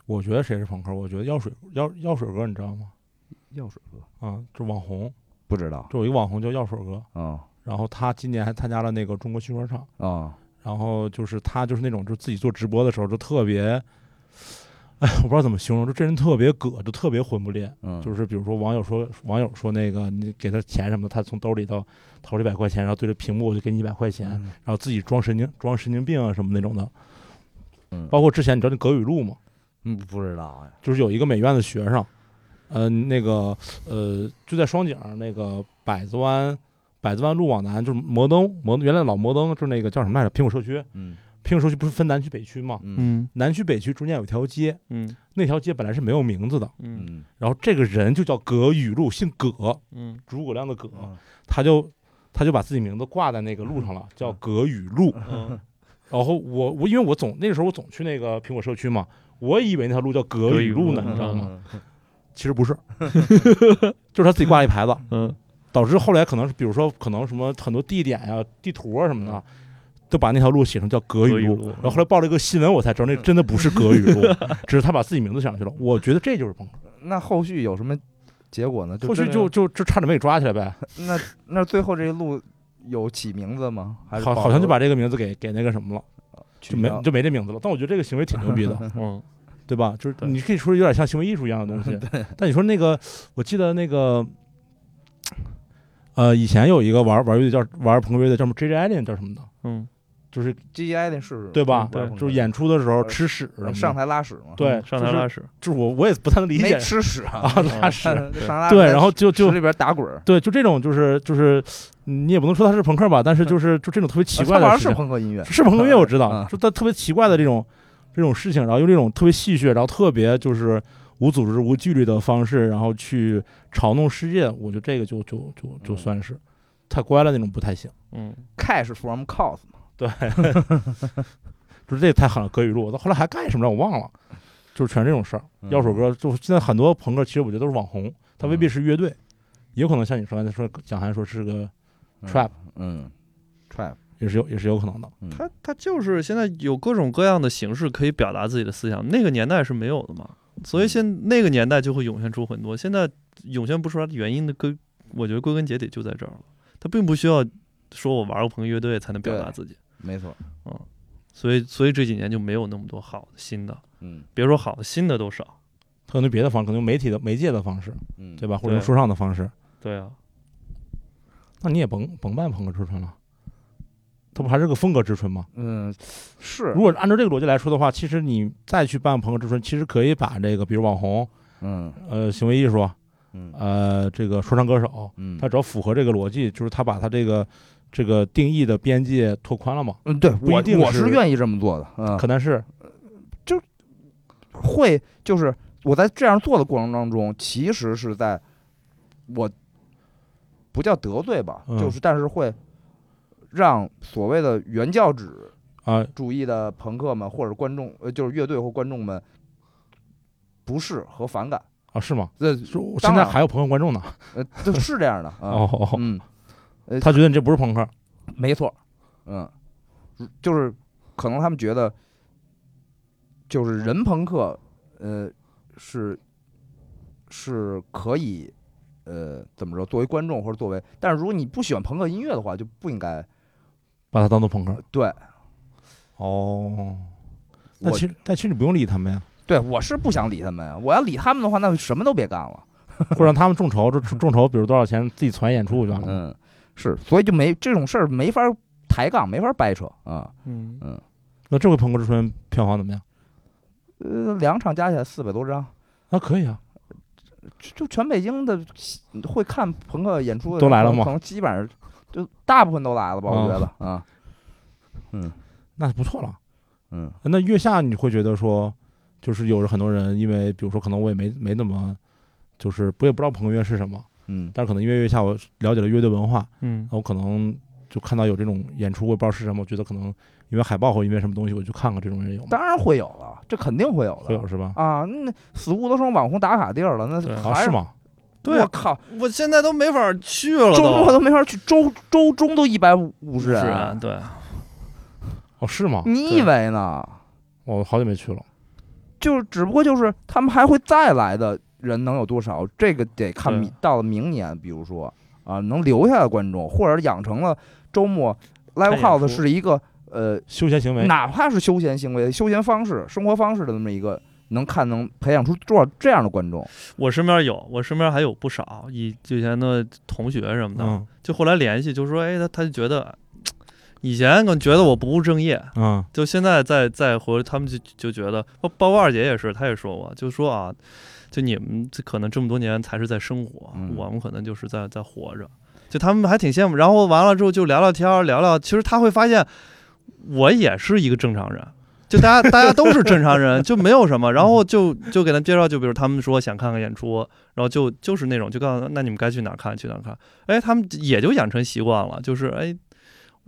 A: 我觉得谁是朋克？我觉得药水药药水哥，你知道吗？
B: 药水歌
A: 啊，就网红，
B: 不知道，
A: 就有一个网红叫药水哥，
B: 嗯
A: 然后他今年还参加了那个中国新说唱，
B: 啊
A: 然后就是他就是那种就自己做直播的时候就特别，哎，我不知道怎么形容，就这人特别葛，就特别混不吝。
B: 嗯，
A: 就是是比如说网友说网友说那个你给他钱什么的，他从兜里头掏出一百块钱，然后对着屏幕我就给你一百块钱，
B: 嗯
A: 然后自己装神经装神经病啊什么那种的。
B: 嗯
A: 包括之前你知道那葛雨露吗？
B: 嗯不知道呀，
A: 就是有一个美院的学生，呃，那个呃，就在双井儿那个百子湾，百子湾路往南，就是摩登摩原来老摩登，就是那个叫什么来着？苹果社区，
B: 嗯
A: 苹果社区不是分南区北区吗？
B: 嗯
C: 嗯
A: 南区北区中间有条街，
C: 嗯
A: 那条街本来是没有名字的，
C: 嗯
B: 嗯
A: 然后这个人就叫葛雨露，姓葛，
C: 嗯
A: 诸葛亮的葛，
B: 嗯
A: 他就他就把自己名字挂在那个路上了，叫葛雨露。
C: 嗯，
A: 然后我我因为我总那个时候我总去那个苹果社区嘛，我以为那条路叫葛
C: 葛
A: 雨
C: 雨
A: 路
C: 路
A: 呢，
C: 嗯
A: 你知道吗？
B: 嗯？
A: 其实不是， 就是他自己挂了一牌子，
C: 嗯
A: 导致后来可能是比如说可能什么很多地点呀、地图啊什么的，都把那条路写成叫葛
C: 葛雨
A: 雨路
C: 路。
A: 然后后来报了一个新闻，我才知道那真的不是葛雨路，只是他把自己名字写上去了。我觉得这就是朋克，
B: 那后续有什么结果呢？
A: 后续
B: 真的
A: 就就就差点没给抓起来呗，
B: 那那最后这路有起名字吗？还是
A: 好
B: 保
A: 好像就
B: 留
A: 把这个名字给给那个什么了，
B: 取
A: 就没
B: 消
A: 就没这名字了。但我觉得这个行为挺牛逼的，
C: 嗯，
A: 对吧？就是
C: 对
A: 你可以说有点像行为艺术一样的东西。但你说那个，我记得那个，呃，以前有一个玩玩乐队叫玩朋克乐队叫什么 J J Allen 叫什么的，
C: 嗯，
A: 就是
B: G I 那是
A: 对吧？
C: 对
A: 就是演出的时候
B: 呃
A: 吃屎什么的
B: 上台拉屎嘛，
A: 对
C: 嗯上台拉屎，
A: 就是我我也不太能理
B: 没
A: 解
B: 吃屎啊，
A: 啊拉屎
B: 上台拉
A: 对，然后就
B: 就
A: 就
B: 里边打滚儿。
A: 对就这种就是就是嗯你也不能说他是朋克吧，
C: 嗯
A: 但是就是就这种特别奇怪
B: 啊他
A: 的
B: 玩
A: 事
B: 是
A: 情，
B: 朋克音乐，
A: 是朋克乐我知道
B: 嗯，
A: 就他特别奇怪的这种这种事情，然后用这种特别戏谑，然后特别就是无组织无纪律的方式，然后去嘲弄世界，我觉得这个就就就就
B: 嗯
A: 算是太乖了那种不太行，
C: 嗯
B: Cash from Cos 嘛，
A: 就是这个太狠了，葛雨露，到后来还干什么来我忘了，就是全这种事儿。
B: 嗯
A: 要首歌，就现在很多朋克，其实我觉得都是网红，他未必是乐队，也有可能像你说刚才说蒋涵说是个 trap，
B: 嗯，trap，嗯
A: 也是有也是有可能的。
C: 他他就是现在有各种各样的形式可以表达自己的思想，那个年代是没有的嘛。所以现那个年代就会涌现出很多，现在涌现不出来的原因的根，我觉得归根结底就在这儿了。他并不需要说我玩过朋克乐队才能表达自己，
B: 没错，
C: 所以所以这几年就没有那么多好的新的，
B: 嗯
C: 别说好的新的都少。
A: 他可能别的方，可能媒体的媒介的方式，
B: 嗯，
A: 对吧？或者
C: 对
A: 用说唱的方式，
C: 对啊，
A: 那你也甭甭办朋克之春了，它不还是个风格之春吗？
B: 嗯，是
A: 如，果按照这个逻辑来说的话，其实你再去办朋克之春，其实可以把这个，比如网红、
B: 嗯
A: 呃行为艺术、
B: 嗯
A: 呃这个说唱歌手，
B: 嗯
A: 他，只要符合这个逻辑，就是他把他这个这个定义的边界拓宽了嘛。
B: 嗯，对
A: 一
B: 我
A: 定
B: 我
A: 是
B: 愿意这么做的，嗯，
A: 可但是
B: 会就是我在这样做的过程当中，其实是在我不叫得罪吧，
A: 嗯
B: 就是但是会让所谓的原教旨
A: 啊，
B: 主义的朋克们或者观众，呃，就是乐队或观众们不适和反感，
A: 啊，是吗？
B: 这
A: 是我
B: 当
A: 现在
B: 然
A: 还有朋克观众呢。
B: 呃这是这样的啊，
A: 哦哦，
B: 嗯，
A: 他觉得你这不是朋克，
B: 没错，嗯，如就是可能他们觉得就是人朋克，呃，是是可以，呃，怎么说？作为观众或者作为，但是如果你不喜欢朋克音乐的话，就不应该
A: 把它当做朋克。
B: 对
A: 哦，那
B: 我
A: 其实但其实你不用理他们 呀，
B: 对，我是不想理他们呀。啊我要理他们的话，那什么都别干了。
A: 或者让他们众筹，众众筹，比如多少钱，自己攒演出就完了。
B: 嗯，是，所以就没这种事儿没法抬杠，没法掰扯啊。
C: 嗯
A: 那这回朋克之春票房怎么样？
B: 呃，两场加起来四百多张，
A: 啊，可以啊，
B: 就就全北京的喜会看朋克演出的
A: 都来了
B: 可能
A: 吗
B: 可能基本上就大部分都来了吧，我觉得啊，
A: 那不错了。
B: 嗯
A: 那月下你会觉得说，就是有着很多人，因为比如说可能我也没没那么，就是我也不知道朋克乐是什么，
B: 嗯
A: 但是可能因为月下我了解了乐队文化，
C: 嗯
A: 那我可能就看到有这种演出，我也不知道是什么，我觉得可能因为海报或因为什么东西，我去看看这种人有吗？
B: 当然会有了，这肯定会有的
A: 会有是吧？
B: 啊，那死物都成网红打卡地儿了，那
C: 对
A: 啊，
B: 还
A: 是吗？
C: 对
B: 我靠，
C: 我现在都没法去了
B: 周末
C: 都。
B: 都没法去，周周中都一百五十
C: 是
B: 人，
C: 啊，对，
A: 哦，是吗？
B: 你以为呢？
A: 我好久没去了。
B: 就是只不过就是他们还会再来的人能有多少，这个得看
C: 对
B: 明到了明年，比如说啊，能留下的观众，或者养成了周末 live
C: 演
B: house
C: 出
B: 是一个呃，
A: 休闲行为，
B: 哪怕是休闲行为、休闲方式、生活方式的那么一个，能看能培养出多少这样的观众？
C: 我身边有，我身边还有不少以以前的同学什么的，
A: 嗯
C: 就后来联系，就说，哎，他他就觉得，以前可能觉得我不务正业，
A: 嗯，
C: 就现在再再回，他们就就觉得，包包括二姐也是，她也说过，就说啊，就你们这可能这么多年才是在生活，
B: 嗯
C: 我们可能就是在在活着，就他们还挺羡慕。然后完了之后就聊聊天儿，聊聊，其实他会发现，我也是一个正常人。就大家大家都是正常人，就没有什么，然后就就给他介绍，就比如他们说想看看演出，然后就就是那种就告诉他，那你们该去哪儿看去哪儿看，哎，他们也就养成习惯了，就是哎，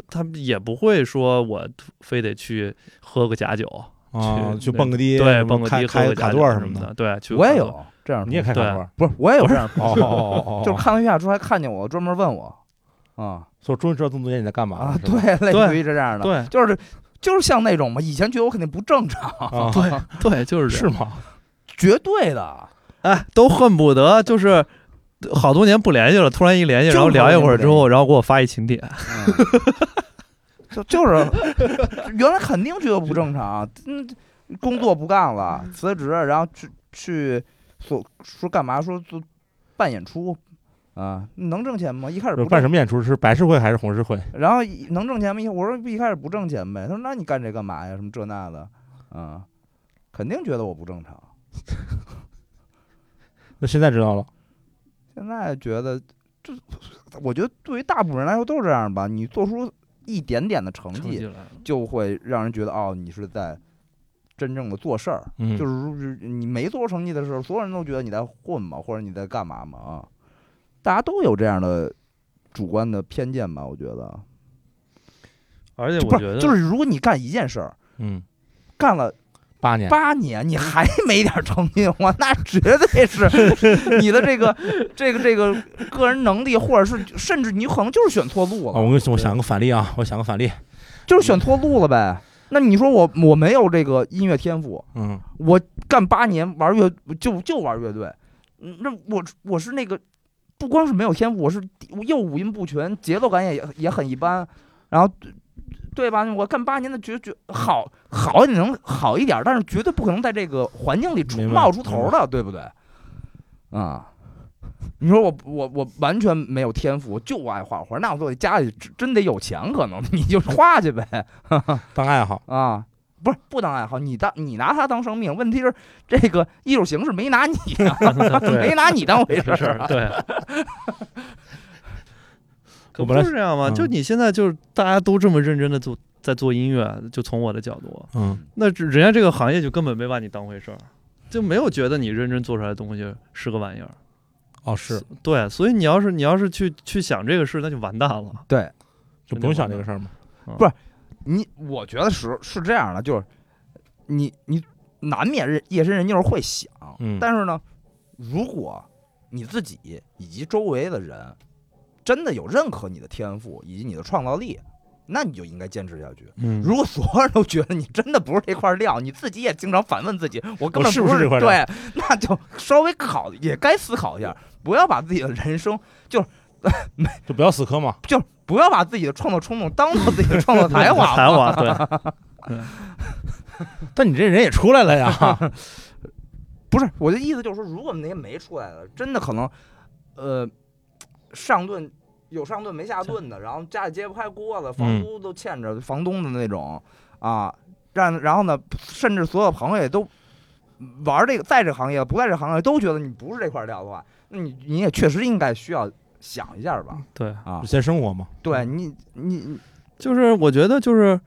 C: 他们也不会说我非得去喝个假酒，
A: 啊，
C: 去
A: 去蹦个迪，
C: 对，
A: 什么
C: 蹦个
A: 开
C: 迪喝
A: 开
C: 个
A: 卡
C: 假
A: 座
C: 酒
A: 儿
C: 什
A: 么
C: 的，，对，去
B: 我也
C: 喝
B: 有这样的同学，
A: 你也开卡座儿？
B: 不是我也有这样的 同
A: 哦
B: 学，
A: 哦哦 哦，
B: 就是看完月下之后还看见我，专门问我啊
A: 所以我终于知道邓总监你在干嘛
B: 啊
A: 了，，是吧
B: 对，类
C: 对
B: 似于这样的，
C: 对
B: 就是就是像那种嘛，以前觉得我肯定不正常，
A: 啊，
C: 对对，就是 这
A: 是
C: 样，
A: 吗？
B: 绝对的。
C: 哎，都恨不得就是。好多年不联系了，突然一联系，
B: 就是
C: 然后聊一会儿之
B: 好多年不联
C: 后，然后给我发一请帖，
B: 嗯，就就是原来肯定觉得不正常，嗯，工作不干了，辞职，然后去去所说干嘛？说做办演出啊，能挣钱吗？一开始不
A: 办
B: 挣，
A: 什么演出 是白事会还是红事会？
B: 然后一能挣钱吗？一我说一开始不挣钱呗。他说那你干这干嘛呀？什么这那的，啊，肯定觉得我不正常。
A: 那现在知道了，
B: 现在觉得，这我觉得对于大部分人来说都是这样吧。你做出一点点的成
C: 成
B: 绩
C: 绩，来了，
B: 就会让人觉得哦，你是在真正的做事儿。
A: 嗯，
B: 就是是如是你没做出成绩的时候，所有人都觉得你在混嘛，或者你在干嘛嘛啊，大家都有这样的主观的偏见吧？我觉得，
C: 而且
B: 就
C: 我
B: 不
C: 觉
B: 是
C: 得
B: 就是如果你干一件事儿，
A: 嗯，
B: 干 了
A: 八年，
B: 八年，你还没点成绩的 话，那绝对 是你的这个这个这个个人能力，或者是甚至你可能就是选错路
C: 哦
A: 啊，
B: 了，
A: 我跟你说，我想个反例啊，我想个反例，
B: 就是选错路了呗。那你说我我没有这个音乐天赋，
A: 嗯，
B: 我干八年玩乐就就玩乐队，嗯那我我是那个不光是没有天赋，我是我又五音不全，节奏感也也很一般，然后对对吧？我干八年的绝绝好好也能好一点，但是绝对不可能在这个环境里出
A: 明白
B: 冒出头的，对不对？啊。你说我我我完全没有天赋，我就爱画画。那我说家里真真得有钱，可能你就画去呗。
A: 当爱好，
B: 啊，不是不当爱好，你当你拿它当生命。问题是这个艺术形式没拿你、啊，没拿你当回
C: 这事
B: 事儿
C: 儿，
B: 啊。
C: 对。可
A: 我
C: 不
A: 本来
C: 是这样吗？就
A: 嗯
C: 你现在就是大家都这么认真的做在做音乐，就从我的角度，
A: 嗯，
C: 那只人家这个行业就根本没把你当回事儿，就没有觉得你认真做出来的东西是个玩意儿。
A: 哦是，
C: 对，所以你要是你要是去去想这个事，那就完蛋了。
B: 对，
A: 就不用想这个事儿嘛，
B: 你我觉得是是这样的，就是你你难免人夜深人静儿会想，
A: 嗯
B: 但是呢，如果你自己以及周围的人真的有认可你的天赋以及你的创造力，那你就应该坚持下去。
C: 嗯
B: 如果所有人都觉得你真的不是这块料，你自己也经常反问自己，我根
A: 我
B: 本
A: 是
B: 不
A: 不是这块料
B: 对，那就稍微考也该思考一下，不要把自己的人生
A: 就不要死磕嘛，
B: 就不要把自己的创作冲动当做自己的创 作 才华。
C: 才华，对，
A: 但你这人也出来了 呀，
B: 不是我的意思，就是说，如果那些没出来的，真的可能，呃，上顿有上顿没下顿的，然后家里揭不开锅子，房
A: 嗯
B: 租都欠着房东的那种、啊，让然后呢，甚至所有朋友也都玩这个，在这行业不在这行业都觉得你不是这块料的话，那你你也确实应该需要想一下吧
C: 对，
B: 啊
A: 就，先生活嘛，
B: 对你你
C: 就是我觉得就是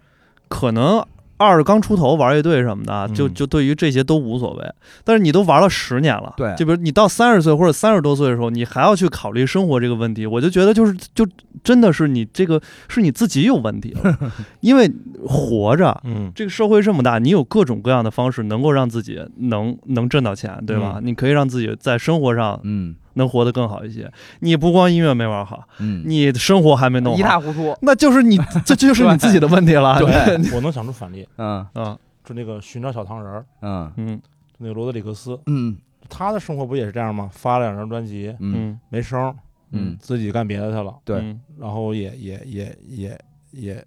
C: 可能二刚出头玩乐队什么的，啊
A: 嗯
C: 就就对于这些都无所谓。但是你都玩了十年了，
B: 对
C: 就比如你到三十岁或者三十多岁的时候，你还要去考虑生活这个问题，我就觉得就是就真的是你这个是你自己有问题了， 因为活着。
A: 嗯
C: 这个社会这么大，你有各种各样的方式能够让自己能能挣到钱，对吧？你可以让自己在生活上
B: 嗯
C: 能活得更好一些。你不光音乐没玩好，
B: 嗯，
C: 你生活还没弄
B: 一
C: 好，
B: 塌糊涂，
C: 那就是你这这就是你自己的问题了。
B: 对，
A: 我能想出反例，
B: 嗯
C: 啊，
A: 就那个寻找小糖人儿，
B: 嗯
C: 嗯
A: 就那个罗德里克斯，
B: 嗯
A: 他的生活不也是这样吗？发了两张专辑
B: 嗯
C: 嗯
A: 没声儿，
B: 嗯，
A: 自己干别的去了，
B: 对
C: 嗯
A: 然后也也也也也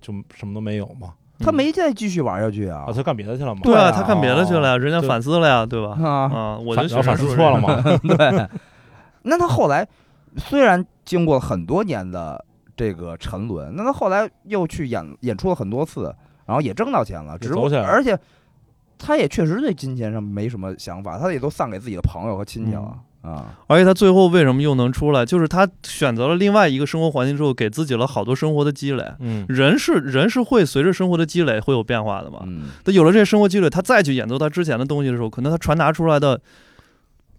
A: 就什么都没有嘛，
B: 他没再继续玩下去啊
A: 啊，他干别的去了嘛，
C: 对
B: 对啊
C: 啊，他干别的去了呀，人家
A: 对
C: 反思了呀，对吧？
B: 啊
C: 啊，我
A: 反然后
C: 就学
A: 反思错了 嘛，
B: 对，那他后来虽然经过很多年的这个沉沦，那他后来又去演演出了很多次，然后也挣到钱了，
A: 也
B: 只不过
A: 走起来了
B: 而且他也确实对金钱上没什么想法，他也都散给自己的朋友和亲戚了、
A: 嗯
B: 啊。
C: 而且他最后为什么又能出来？就是他选择了另外一个生活环境之后，给自己了好多生活的积累。
A: 嗯，
C: 人是人是会随着生活的积累会有变化的嘛？
B: 嗯，
C: 他有了这些生活积累，他再去演奏他之前的东西的时候，可能他传达出来的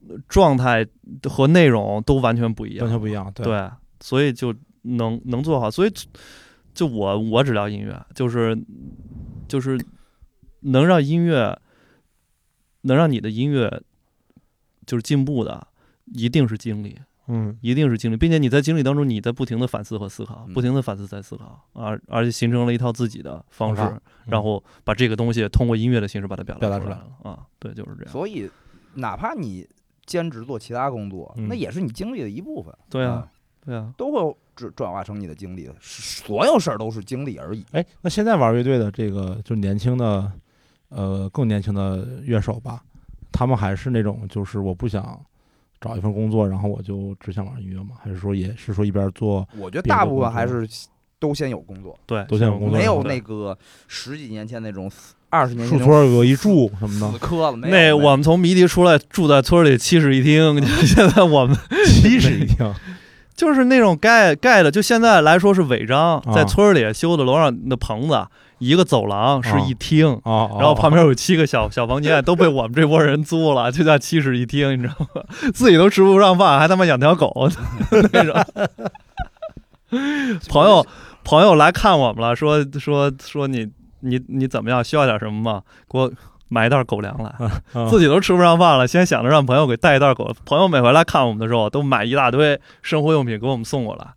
C: 呃状态和内容都完全不一
A: 完
C: 样。
A: 全不一样，对，
C: 对，所以就能能做好。所以就我我只聊音乐，就是就是能让音乐能让你的音乐就是进步的，一定是经历。
A: 嗯，
C: 一定是经历，并且你在经历当中，你在不停的反思和思考
B: 嗯，
C: 不停的反思再思考，而而且形成了一套自己的方式
A: 方法，
C: 然后把这个东西通过音乐的形式把它表
A: 表达
C: 达出
A: 出
C: 来
A: 来
C: 了啊，对，就是这样，
B: 所以哪怕你兼职做其他工作，
A: 嗯
B: 那也是你经历的一部分。
C: 对
B: 啊
C: 啊，对啊，
B: 都会转转化成你的经历的，是所有事儿都是经历而已。
A: 哎，那现在玩乐队的这个就年轻的，呃，更年轻的乐手吧，他们还是那种就是我不想找一份工作，然后我就只想玩音乐吗？还是说也是说一边做，
B: 我觉
A: 别
B: 得
A: 的
B: 大部
A: 工
B: 分
A: 作
B: 还是都先有工作。
C: 对，啊
A: 都像我工作
B: 没有
A: 对
B: 那个十几年前那种死二十年
A: 树
B: 前
A: 村儿有一住什么
B: 死
A: 的，
B: 磕了，没有没
C: 那
B: 有
C: 我们从迷笛出来，住在村里七室一厅，现在我们
A: 七室一厅，
C: 就是那种盖盖的，就现在来说是违章，
A: 啊
C: 在村里修的楼上的棚子，一个走廊是一厅。
A: 哦，
C: 然后旁边有七个小小房间，都被我们这波人租了，就叫七室一厅，你知道吗？ 自己都吃不上饭，还他妈养条狗 那种。朋友朋友来看我们了，说说说你你你怎么样？需要点什么吗？给我买一袋狗粮来。
A: 边
C: 自己都吃不上饭了，先想着让朋友给带一袋狗。朋友每回来看我们的时候，都买一大堆生活用品给我们送过来。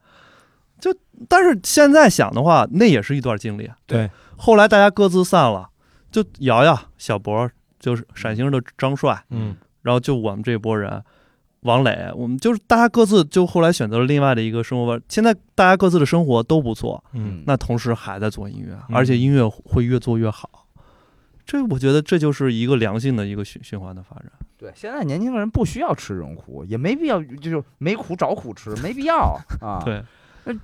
C: 但是现在想的话，那也是一段经历。啊
A: 对，
C: 后来大家各自散了，就瑶瑶、小博，就是陕星的张帅，
A: 嗯
C: 然后就我们这波人，王磊，我们就是大家各自就后来选择了另外的一个生活方式。现在大家各自的生活都不错，
A: 嗯，
C: 那同时还在做音乐，
A: 嗯
C: 而且音乐会越做越好。这我觉得这就是一个良性的一个循循环的发展。
B: 对，现在年轻人不需要吃这种苦，也没必要，就是没苦找苦吃，没必 要啊。，
C: 对，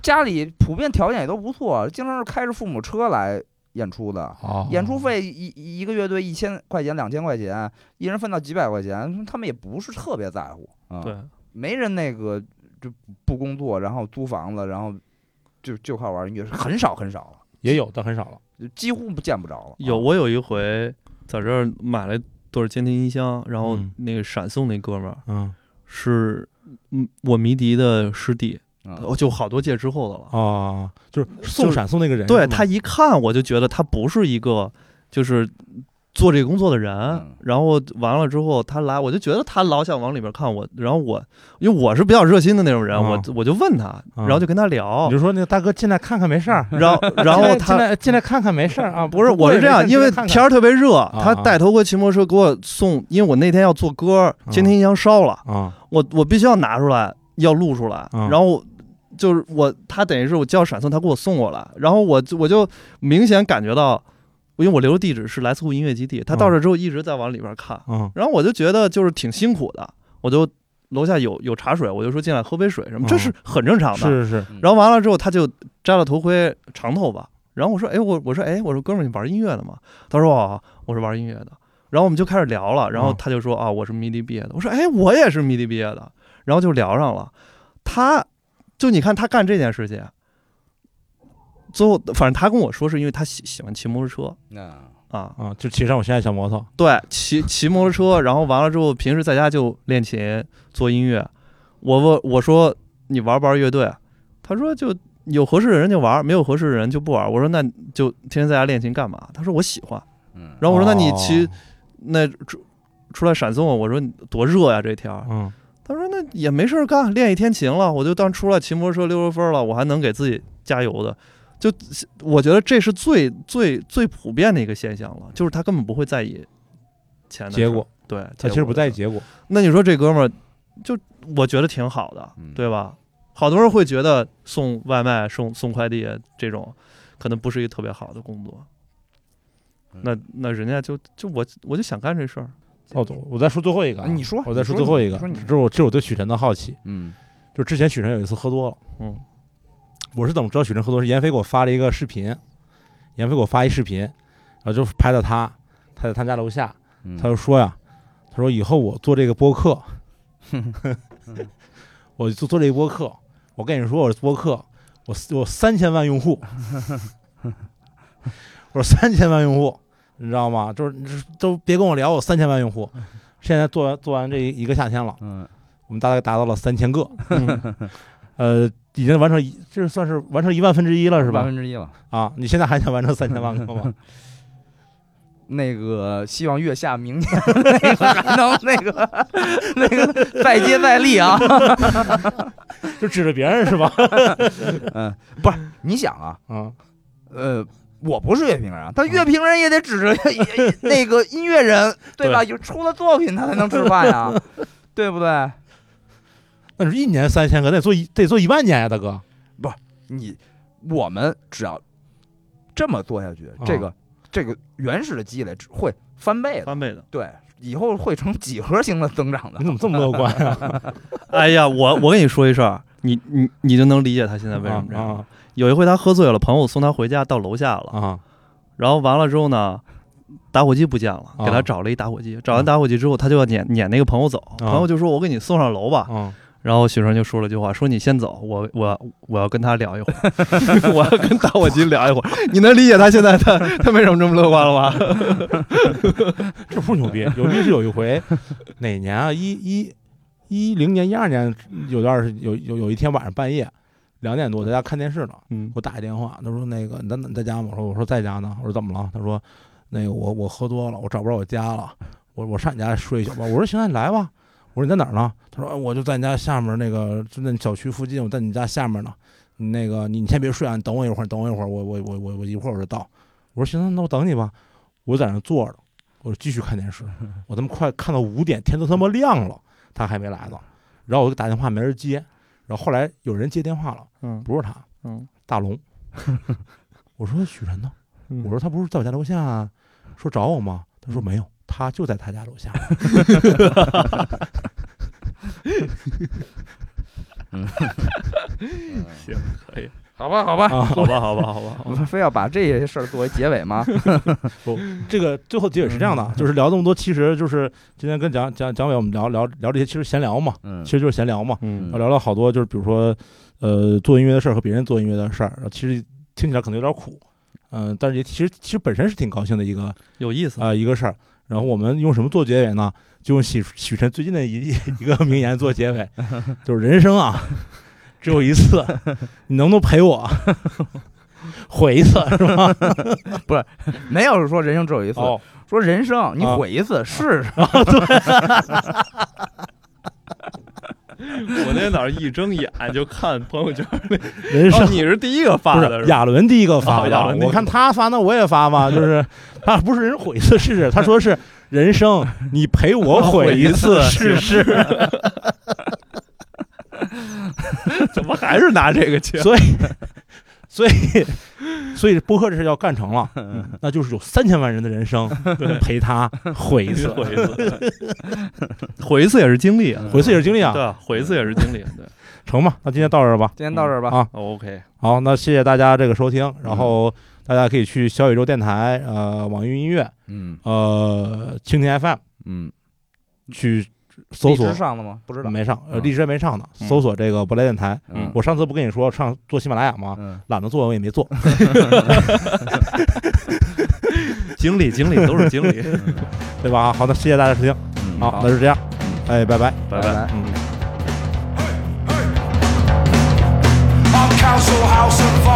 B: 家里普遍条件也都不错，经常是开着父母车来演出的，
A: 哦
B: 演出费一一一个乐队一千块钱、两千块钱，一人分到几百块钱，他们也不是特别在乎啊。
C: 对，
B: 没人那个就不工作，然后租房子，然后就就靠玩音乐，很少很少了，
A: 也有，但很少了。
B: 就几乎不见不着了。
C: 有
B: 啊
C: 我有一回在这儿买了一对儿监听音箱，然后
A: 嗯
C: 那个闪送那哥们儿
A: 嗯
C: 是，嗯，我迷笛的师弟，
B: 嗯
C: 呃就好多届之后的了。
A: 哦，就是
C: 就
A: 送
C: 是
A: 闪送那个人是吗，
C: 对他一看我就觉得他不是一个就是做这个工作的人，
B: 嗯
C: 然后完了之后他来，我就觉得他老想往里边看我，然后我因为我是比较热心的那种人，
A: 啊
C: 我我就问他，然后就跟他聊
A: 哦你，就说那个大哥进来看看没事儿，
C: 然后嗯然
A: 进
C: 后
A: 来进
C: 他。
A: 来进来看看没事儿啊，
C: 不是，我是这样，因为天
A: 儿
C: 儿特别热，
A: 啊
C: 他带头过骑摩托车给我送，因为我那天要做歌，监听音箱烧了，
A: 啊，
C: 我我必须要拿出来，要录出来，
A: 嗯
C: 然后就是我他等于是我叫闪送，他给我送过来，然后我我就明显感觉到，因为我留的地址是莱斯库音乐基地，他到这之后一直在往里边看，
A: 嗯
C: 然后我就觉得就是挺辛苦的，我就楼下有有茶水，我就说进来喝杯水什么，
A: 嗯
C: 这是很正常的。
A: 是是是，
C: 然后完了之后，他就摘了头盔，长头发。然后我说，哎，我我说，哎，我说哥们儿，你玩音乐的吗？他说，哦，我是玩音乐的。然后我们就开始聊了。然后
A: 嗯
C: 他就说，啊，我是 MIDI 毕业的。我说，哎，我也是 MIDI 毕业的。然后就聊上了。他就你看他干这件事情，最后反正他跟我说，是因为他喜喜欢骑摩托车
B: 那
C: 啊，
A: 啊，就骑上我现在小摩托，
C: 对，骑骑摩托车，然后完了之后，平时在家就练琴做音乐。我问我说你玩不玩乐队？啊他说就有合适的人就玩，没有合适的人就不玩。我说那就天天在家练琴干嘛？他说我喜欢。
B: 嗯，
C: 然后我说那你骑
A: 哦
C: 那出出来闪送我，我说你多热呀、这天儿。
A: 嗯
C: 他说那也没事儿干，练一天琴了，我就当出来骑摩托车溜溜风儿了，我还能给自己加油的。就我觉得这是最最最普遍的一个现象了，就是他根本不会在意钱的事儿
A: 结果，
C: 对，
A: 他
C: 结
A: 其实
C: 果
A: 不在意
C: 的。
A: 结果，
C: 那你说这哥们儿，就我觉得挺好的
B: 嗯，
C: 对吧？好多人会觉得送外卖、送送快递这种，可能不是一个特别好的工作。
B: 嗯
C: 那那人家就就我我就想干这事儿，
A: 哦，我再说最后一个啊，
B: 哎你说
A: 我再
B: 你
A: 说
B: 说
A: 最
B: 你
A: 后一个，
B: 你说你
A: 这是我这是我对许晨的好奇，
B: 嗯
A: 就之前许晨有一次喝多了，
C: 嗯，
A: 我是怎么知道许晨喝多是闫飞给我发了一个视频，闫飞给我发一视频，然后就拍到他，他在他家楼下，
B: 嗯，
A: 他就说呀，他说以后我做这个播客， 我就做这个播客，我跟你说我是播客，我我三千万用户，我说三千万用户，你知道吗？就是都别跟我聊我三千万用户，现在做完做完这一个夏天了。
B: 嗯
A: 我们大概达到了三千个， 呃，已经完成一，这算是完成一万分之一了，是
B: 八
A: 吧？
B: 分之一了。
A: 啊，你现在还想完成三千万个吗？
B: 那个希望月下明年 那个还能那个那个再接再厉啊！
A: 就指着别人是吧？
B: 嗯，不是，你想啊，
A: 啊，
B: 呃，我不是乐评人啊，但
A: 嗯
B: 乐评人也得指着那个音乐人，对吧？有出了作品他才能吃 饭呀，对不对？
A: 那是一年三千个，得做一得做一万年呀，大 哥。
B: 你我们只要这么做下去，这
A: 嗯
B: 个这个原始的积累会翻倍的，
C: 翻倍的。
B: 对，以后会成几何型的增长的
A: 你。怎么这么乐观呀？
C: 哎呀，我我跟你说一事儿，你你你就能理解他现在为什么这样。
A: 啊
C: 有一回他喝醉了，朋友送他回家到楼下了，
A: 啊
C: 然后完了之后呢，打火机不见了，
A: 啊
C: 给他找了一打火机。找完打火机之后，他就要撵撵那个朋友走，朋友就说：“我给你送上楼吧。
A: 啊！”
C: 然后许成就说了句话：“说你先走，我我我要跟他聊一会 儿，我要跟打火机聊一会儿。”你能理解他现在他 他为什么这么乐观了吗？
A: 这不是牛逼，牛逼是有一回，哪年啊？一一一零年、一二年有段是有有有一天晚上半夜两点多，我在家看电视呢，
C: 嗯
A: 给我打一电话，他说那个你在你在家吗？我说我说在家呢。我说怎么了？他说那个我我喝多了，我找不着我家了，我我上你家睡一宿吧。我说行啊，你来吧。啊我说你在哪儿呢？他说哎我就在你家下面那个就在你小区附近，我在你家下面呢。那个你你先别睡啊，你等我一会儿，等我一会儿，我我我我我一会儿我就到。我说行，那那我等你吧。我在那坐着，我就继续看电视。我他妈快看到五点，天都他妈亮了，他还没来呢。然后我就打电话没人接，然后后来有人接电话了，
C: 嗯
A: 不是他，
C: 嗯，
A: 大 龙。我说许晨呢？
C: 嗯
A: 我说他不是在我家楼下、啊说找我吗？他说没有，他就在他家楼下。嗯
C: 行，可以，
B: 好吧，好吧，
C: 好吧，好吧，好吧，好吧，
B: 非要把这些事儿作为结 尾吗？
A: 这个最后结尾是这样的啊，就是聊这么多，其实就是今天跟蒋蒋蒋伟我们聊聊聊这些，其实闲聊嘛，
B: 嗯
A: 其实就是闲聊嘛，
C: 嗯
B: 嗯
A: 聊了好多，就是比如说，呃，做音乐的事儿和别人做音乐的事儿，然后其实听起来可能有点苦，嗯、但是也其实其实本身是挺高兴的一个
C: 有意思，
A: 啊、一个事儿。然后我们用什么做结尾呢？就用许许晨最近的一 一个名言做结尾，就是人生啊， 只有一次，你能不能陪我毁一次是吧？
B: 没有说人生只有一次，
A: 哦，
B: 说人生你
A: 啊
B: 毁一次试试。
C: 我那哪儿一睁眼就看朋友圈，
A: 人生
C: 哦，你是第一个发
A: 不
C: 的
A: 是
C: 是吧？
A: 亚伦第一个
C: 哦
A: 发的
C: 亚伦，第一个
A: 我看他发，那我也发嘛，就是他不是人毁一次试试，他说是人生你陪我
C: 哦
A: 毁一 次试试，
C: 怎么还是拿这个
B: 啊
C: 去？
A: 所以 所以所以播客这事要干成了，
B: 嗯
A: 嗯那就是有三千万人的人 生陪他毁一次，
C: 毁一 次，毁一次也是经历啊，
A: 毁一次
B: 嗯
A: 也是经历
C: 对
A: 啊，
C: 啊，毁一次也是经历啊，对哦
A: 成吧？那今天到这儿吧，
B: 今天到这儿吧，嗯
A: 啊，
C: ，OK，
A: 好，那谢谢大家这个收听，然后大家可以去小宇宙电台、呃网易云音乐、
B: 嗯
A: 呃蜻蜓 FM
B: 嗯，
A: 去搜索
B: 荔枝。上了吗？不知道，
A: 没上，呃，
B: 嗯
A: 荔枝没上呢。
C: 嗯
A: 搜索这个不来电台，
B: 嗯
A: 我上次不跟你说上做喜马拉雅吗？
B: 嗯，
A: 懒得做，我也没做。
C: 经历经历都是经 历，嗯
A: 对吧？好的，谢谢大家收听，
B: 嗯
A: 好，那就这样，哎，拜拜。
C: 拜拜
B: 拜。拜。
A: 嗯。
D: on council house and